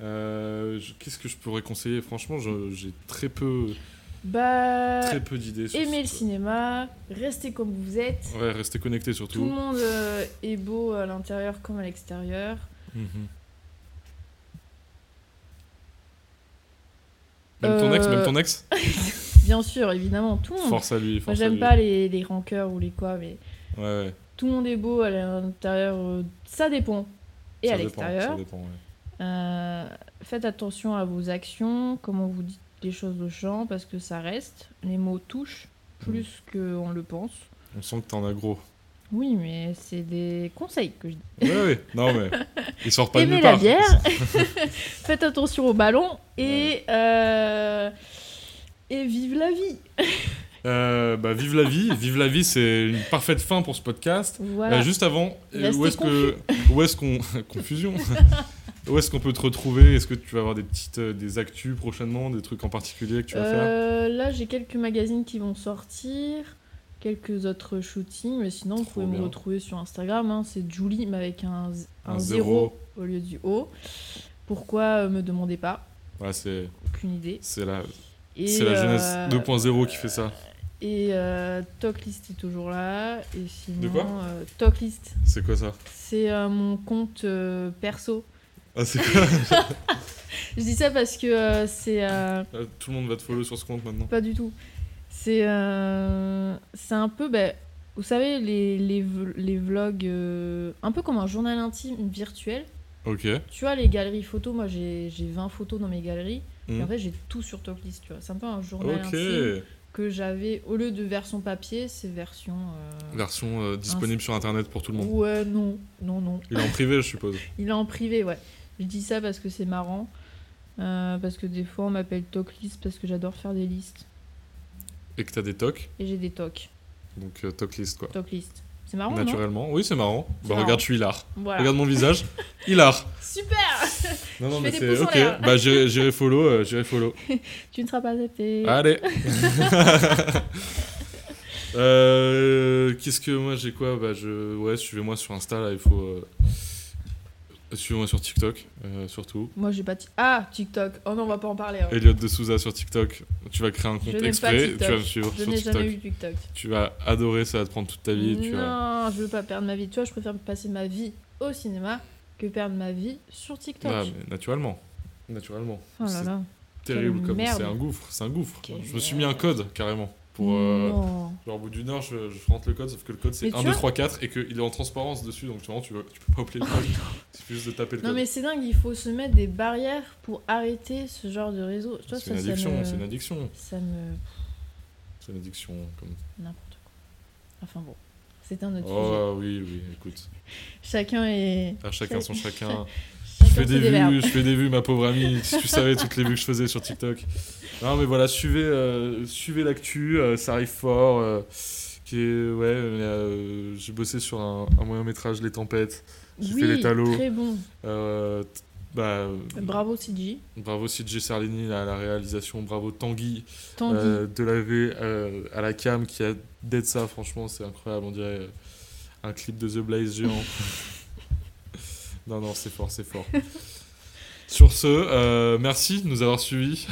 Speaker 1: Euh, je- qu'est-ce que je pourrais conseiller Franchement, je- j'ai très peu,
Speaker 2: Bah,
Speaker 1: très peu d'idées. sur
Speaker 2: aimez le
Speaker 1: ce-
Speaker 2: cinéma, restez comme vous êtes.
Speaker 1: Ouais, restez connectés
Speaker 2: Tout, le
Speaker 1: surtout.
Speaker 2: monde euh, est beau à l'intérieur comme à l'extérieur.
Speaker 1: Mhm. Même ton ex,
Speaker 2: Euh,
Speaker 1: même ton ex.
Speaker 2: Bien sûr, évidemment, tout le monde.
Speaker 1: Force à lui,
Speaker 2: Moi,
Speaker 1: force à
Speaker 2: j'aime
Speaker 1: lui.
Speaker 2: pas les, les rancœurs ou les quoi, mais
Speaker 1: Ouais, ouais.
Speaker 2: tout le monde est beau à l'intérieur. euh, Ça dépend. Et
Speaker 1: ça
Speaker 2: à
Speaker 1: dépend,
Speaker 2: l'extérieur,
Speaker 1: ça dépend, ouais.
Speaker 2: Euh, faites attention à vos actions, comment vous dites les choses aux gens, parce que ça reste. Les mots touchent plus
Speaker 1: Mm.
Speaker 2: qu'on le pense.
Speaker 1: On sent que t'en as gros.
Speaker 2: Oui, mais c'est des conseils que je dis.
Speaker 1: Ouais, ouais. Non, mais ils sortent pas de
Speaker 2: Aimez
Speaker 1: nulle
Speaker 2: la
Speaker 1: part.
Speaker 2: bière, faites attention au ballon et, euh, et vive la vie.
Speaker 1: Euh, bah, vive la vie. Vive la vie, c'est une parfaite fin pour ce podcast.
Speaker 2: Voilà.
Speaker 1: Euh, juste avant, euh,
Speaker 2: Restez
Speaker 1: où est-ce que, où est-ce qu'on, confusion. où est-ce qu'on peut te retrouver Est-ce que tu vas avoir des petites, euh, des actus prochainement, des trucs en particulier que tu vas faire
Speaker 2: Euh, là, j'ai quelques magazines qui vont sortir, quelques autres shootings, mais sinon, vous
Speaker 1: Trop
Speaker 2: pouvez
Speaker 1: bien.
Speaker 2: me retrouver sur Instagram. hein, c'est Julie, mais avec un, z- un, zéro
Speaker 1: zéro.
Speaker 2: au lieu du O. Pourquoi euh, me demandez pas
Speaker 1: Ouais, c'est,
Speaker 2: Aucune idée.
Speaker 1: c'est la,
Speaker 2: Et,
Speaker 1: c'est la jeunesse
Speaker 2: euh,
Speaker 1: 2.0 qui fait ça.
Speaker 2: Et euh, Talklist est toujours là. Et sinon,
Speaker 1: De quoi
Speaker 2: euh, Talklist,
Speaker 1: C'est quoi ça
Speaker 2: c'est euh, mon compte euh, perso.
Speaker 1: Ah, c'est quoi
Speaker 2: Je dis ça parce que euh, c'est. euh,
Speaker 1: Euh, Tout le monde va te follow sur ce compte maintenant.
Speaker 2: Pas du tout. C'est euh, c'est un peu, ben, vous savez, les, les, v- les vlogs, euh, un peu comme un journal intime virtuel.
Speaker 1: Ok.
Speaker 2: Tu vois, les galeries photos, moi j'ai j'ai 20 photos dans mes galeries. Et
Speaker 1: Mhm.
Speaker 2: en fait, j'ai tout sur Toplist, tu vois. C'est un peu un journal
Speaker 1: Ok.
Speaker 2: intime que j'avais, au lieu de version papier, c'est version... euh,
Speaker 1: Version euh, disponible
Speaker 2: Ah.
Speaker 1: sur internet pour tout le monde.
Speaker 2: Ouais, euh, non, non, non.
Speaker 1: Il est en privé, je suppose.
Speaker 2: Il est en privé, ouais. Je dis ça parce que c'est marrant. euh, parce que des fois, on m'appelle Toklist parce que j'adore faire des listes.
Speaker 1: Et que t'as des tocs,
Speaker 2: Et j'ai des tocs.
Speaker 1: donc euh, toc list quoi.
Speaker 2: Toklist. C'est marrant, Ah non
Speaker 1: Naturellement. Oui, c'est marrant.
Speaker 2: C'est
Speaker 1: Bah,
Speaker 2: marrant.
Speaker 1: regarde, je suis hilar.
Speaker 2: Voilà.
Speaker 1: Regarde mon visage. hilar.
Speaker 2: Super
Speaker 1: Non, non,
Speaker 2: Je
Speaker 1: mais
Speaker 2: fais des
Speaker 1: c'est.
Speaker 2: pouces en
Speaker 1: Ok.
Speaker 2: l'air.
Speaker 1: Bah, j'irai j'irai follow. euh, j'irai follow.
Speaker 2: Tu ne seras pas accepté.
Speaker 1: Allez. Euh, Qu'est-ce que moi j'ai quoi Bah, je. Ouais, suivez-moi sur Insta là, il faut. euh, Suivez-moi sur TikTok, euh, surtout.
Speaker 2: Moi, j'ai pas... ti- Ah, TikTok. Oh non, on va pas en parler. hein.
Speaker 1: Elliot de Souza sur TikTok. Tu vas créer un
Speaker 2: Je
Speaker 1: compte
Speaker 2: n'aime pas
Speaker 1: exprès. Tu
Speaker 2: TikTok.
Speaker 1: vas me suivre
Speaker 2: Je
Speaker 1: sur
Speaker 2: n'ai
Speaker 1: TikTok.
Speaker 2: jamais eu TikTok.
Speaker 1: Tu vas adorer, ça va te prendre toute ta vie. Tu vas...
Speaker 2: non, je veux pas perdre ma vie. Tu vois, je préfère passer ma vie au cinéma que perdre ma vie sur TikTok.
Speaker 1: Ah, mais naturellement. Naturellement.
Speaker 2: Oh là
Speaker 1: c'est
Speaker 2: là.
Speaker 1: terrible
Speaker 2: quelle
Speaker 1: comme
Speaker 2: merde.
Speaker 1: c'est un gouffre. C'est un gouffre.
Speaker 2: Quelle
Speaker 1: je me suis mis un code carrément. Pour, euh,
Speaker 2: Non.
Speaker 1: genre au bout d'une heure, je, je rentre le code, sauf que le code c'est
Speaker 2: Mais tu
Speaker 1: 1, 2,
Speaker 2: vois-
Speaker 1: 3,
Speaker 2: Oh,
Speaker 1: 4 et qu'il est en transparence dessus. Donc tu, vois, tu, vois, tu peux pas oublier le code. C'est juste de taper le
Speaker 2: Non,
Speaker 1: code.
Speaker 2: mais c'est dingue. Il faut se mettre des barrières pour arrêter ce genre de réseau. Tu vois,
Speaker 1: C'est
Speaker 2: ça, euh,
Speaker 1: une
Speaker 2: ça
Speaker 1: addiction,
Speaker 2: me...
Speaker 1: c'est une addiction.
Speaker 2: Ça me...
Speaker 1: C'est une addiction. Comme...
Speaker 2: N'importe quoi. Enfin bon. C'est un autre sujet.
Speaker 1: Oh oui, oui, écoute.
Speaker 2: Chacun est...
Speaker 1: À chacun son chacun. Je
Speaker 2: Chacun
Speaker 1: fais
Speaker 2: se
Speaker 1: des
Speaker 2: démerde.
Speaker 1: vues, je fais des vues, ma pauvre amie. Si tu savais toutes les vues que je faisais sur TikTok. Non, mais voilà, suivez, euh, suivez l'actu, euh, ça arrive fort. euh, qui est, ouais, euh, j'ai bossé sur un, moyen métrage, Les Tempêtes. J'ai fait les talos.
Speaker 2: très bon.
Speaker 1: Euh, t- bah,
Speaker 2: Bravo CG.
Speaker 1: bravo CJ Sarlini à la réalisation, bravo Tanguy,
Speaker 2: Tanguy.
Speaker 1: euh, Delavé euh, à la cam qui a d'aide ça, franchement, c'est incroyable. On dirait euh, un clip de The Blaze géant. non, non, c'est fort, c'est fort. Sur ce, euh, merci de nous avoir suivis.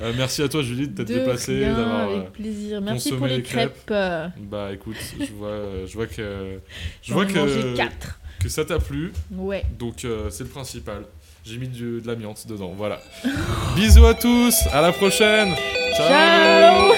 Speaker 1: Euh, merci à toi, Julie, de t'être
Speaker 2: De
Speaker 1: déplacée,
Speaker 2: rien,
Speaker 1: d'avoir. euh,
Speaker 2: Avec plaisir. Merci pour
Speaker 1: consommé les
Speaker 2: les
Speaker 1: crêpes.
Speaker 2: crêpes. euh,
Speaker 1: Bah écoute, je vois, euh, je vois que, je
Speaker 2: j'en
Speaker 1: vois
Speaker 2: ai mangé
Speaker 1: que,
Speaker 2: quatre.
Speaker 1: que ça t'a plu,
Speaker 2: Ouais.
Speaker 1: donc euh, c'est le principal. J'ai mis du- de l'amiante dedans, voilà. Bisous à tous, à la prochaine.
Speaker 2: Ciao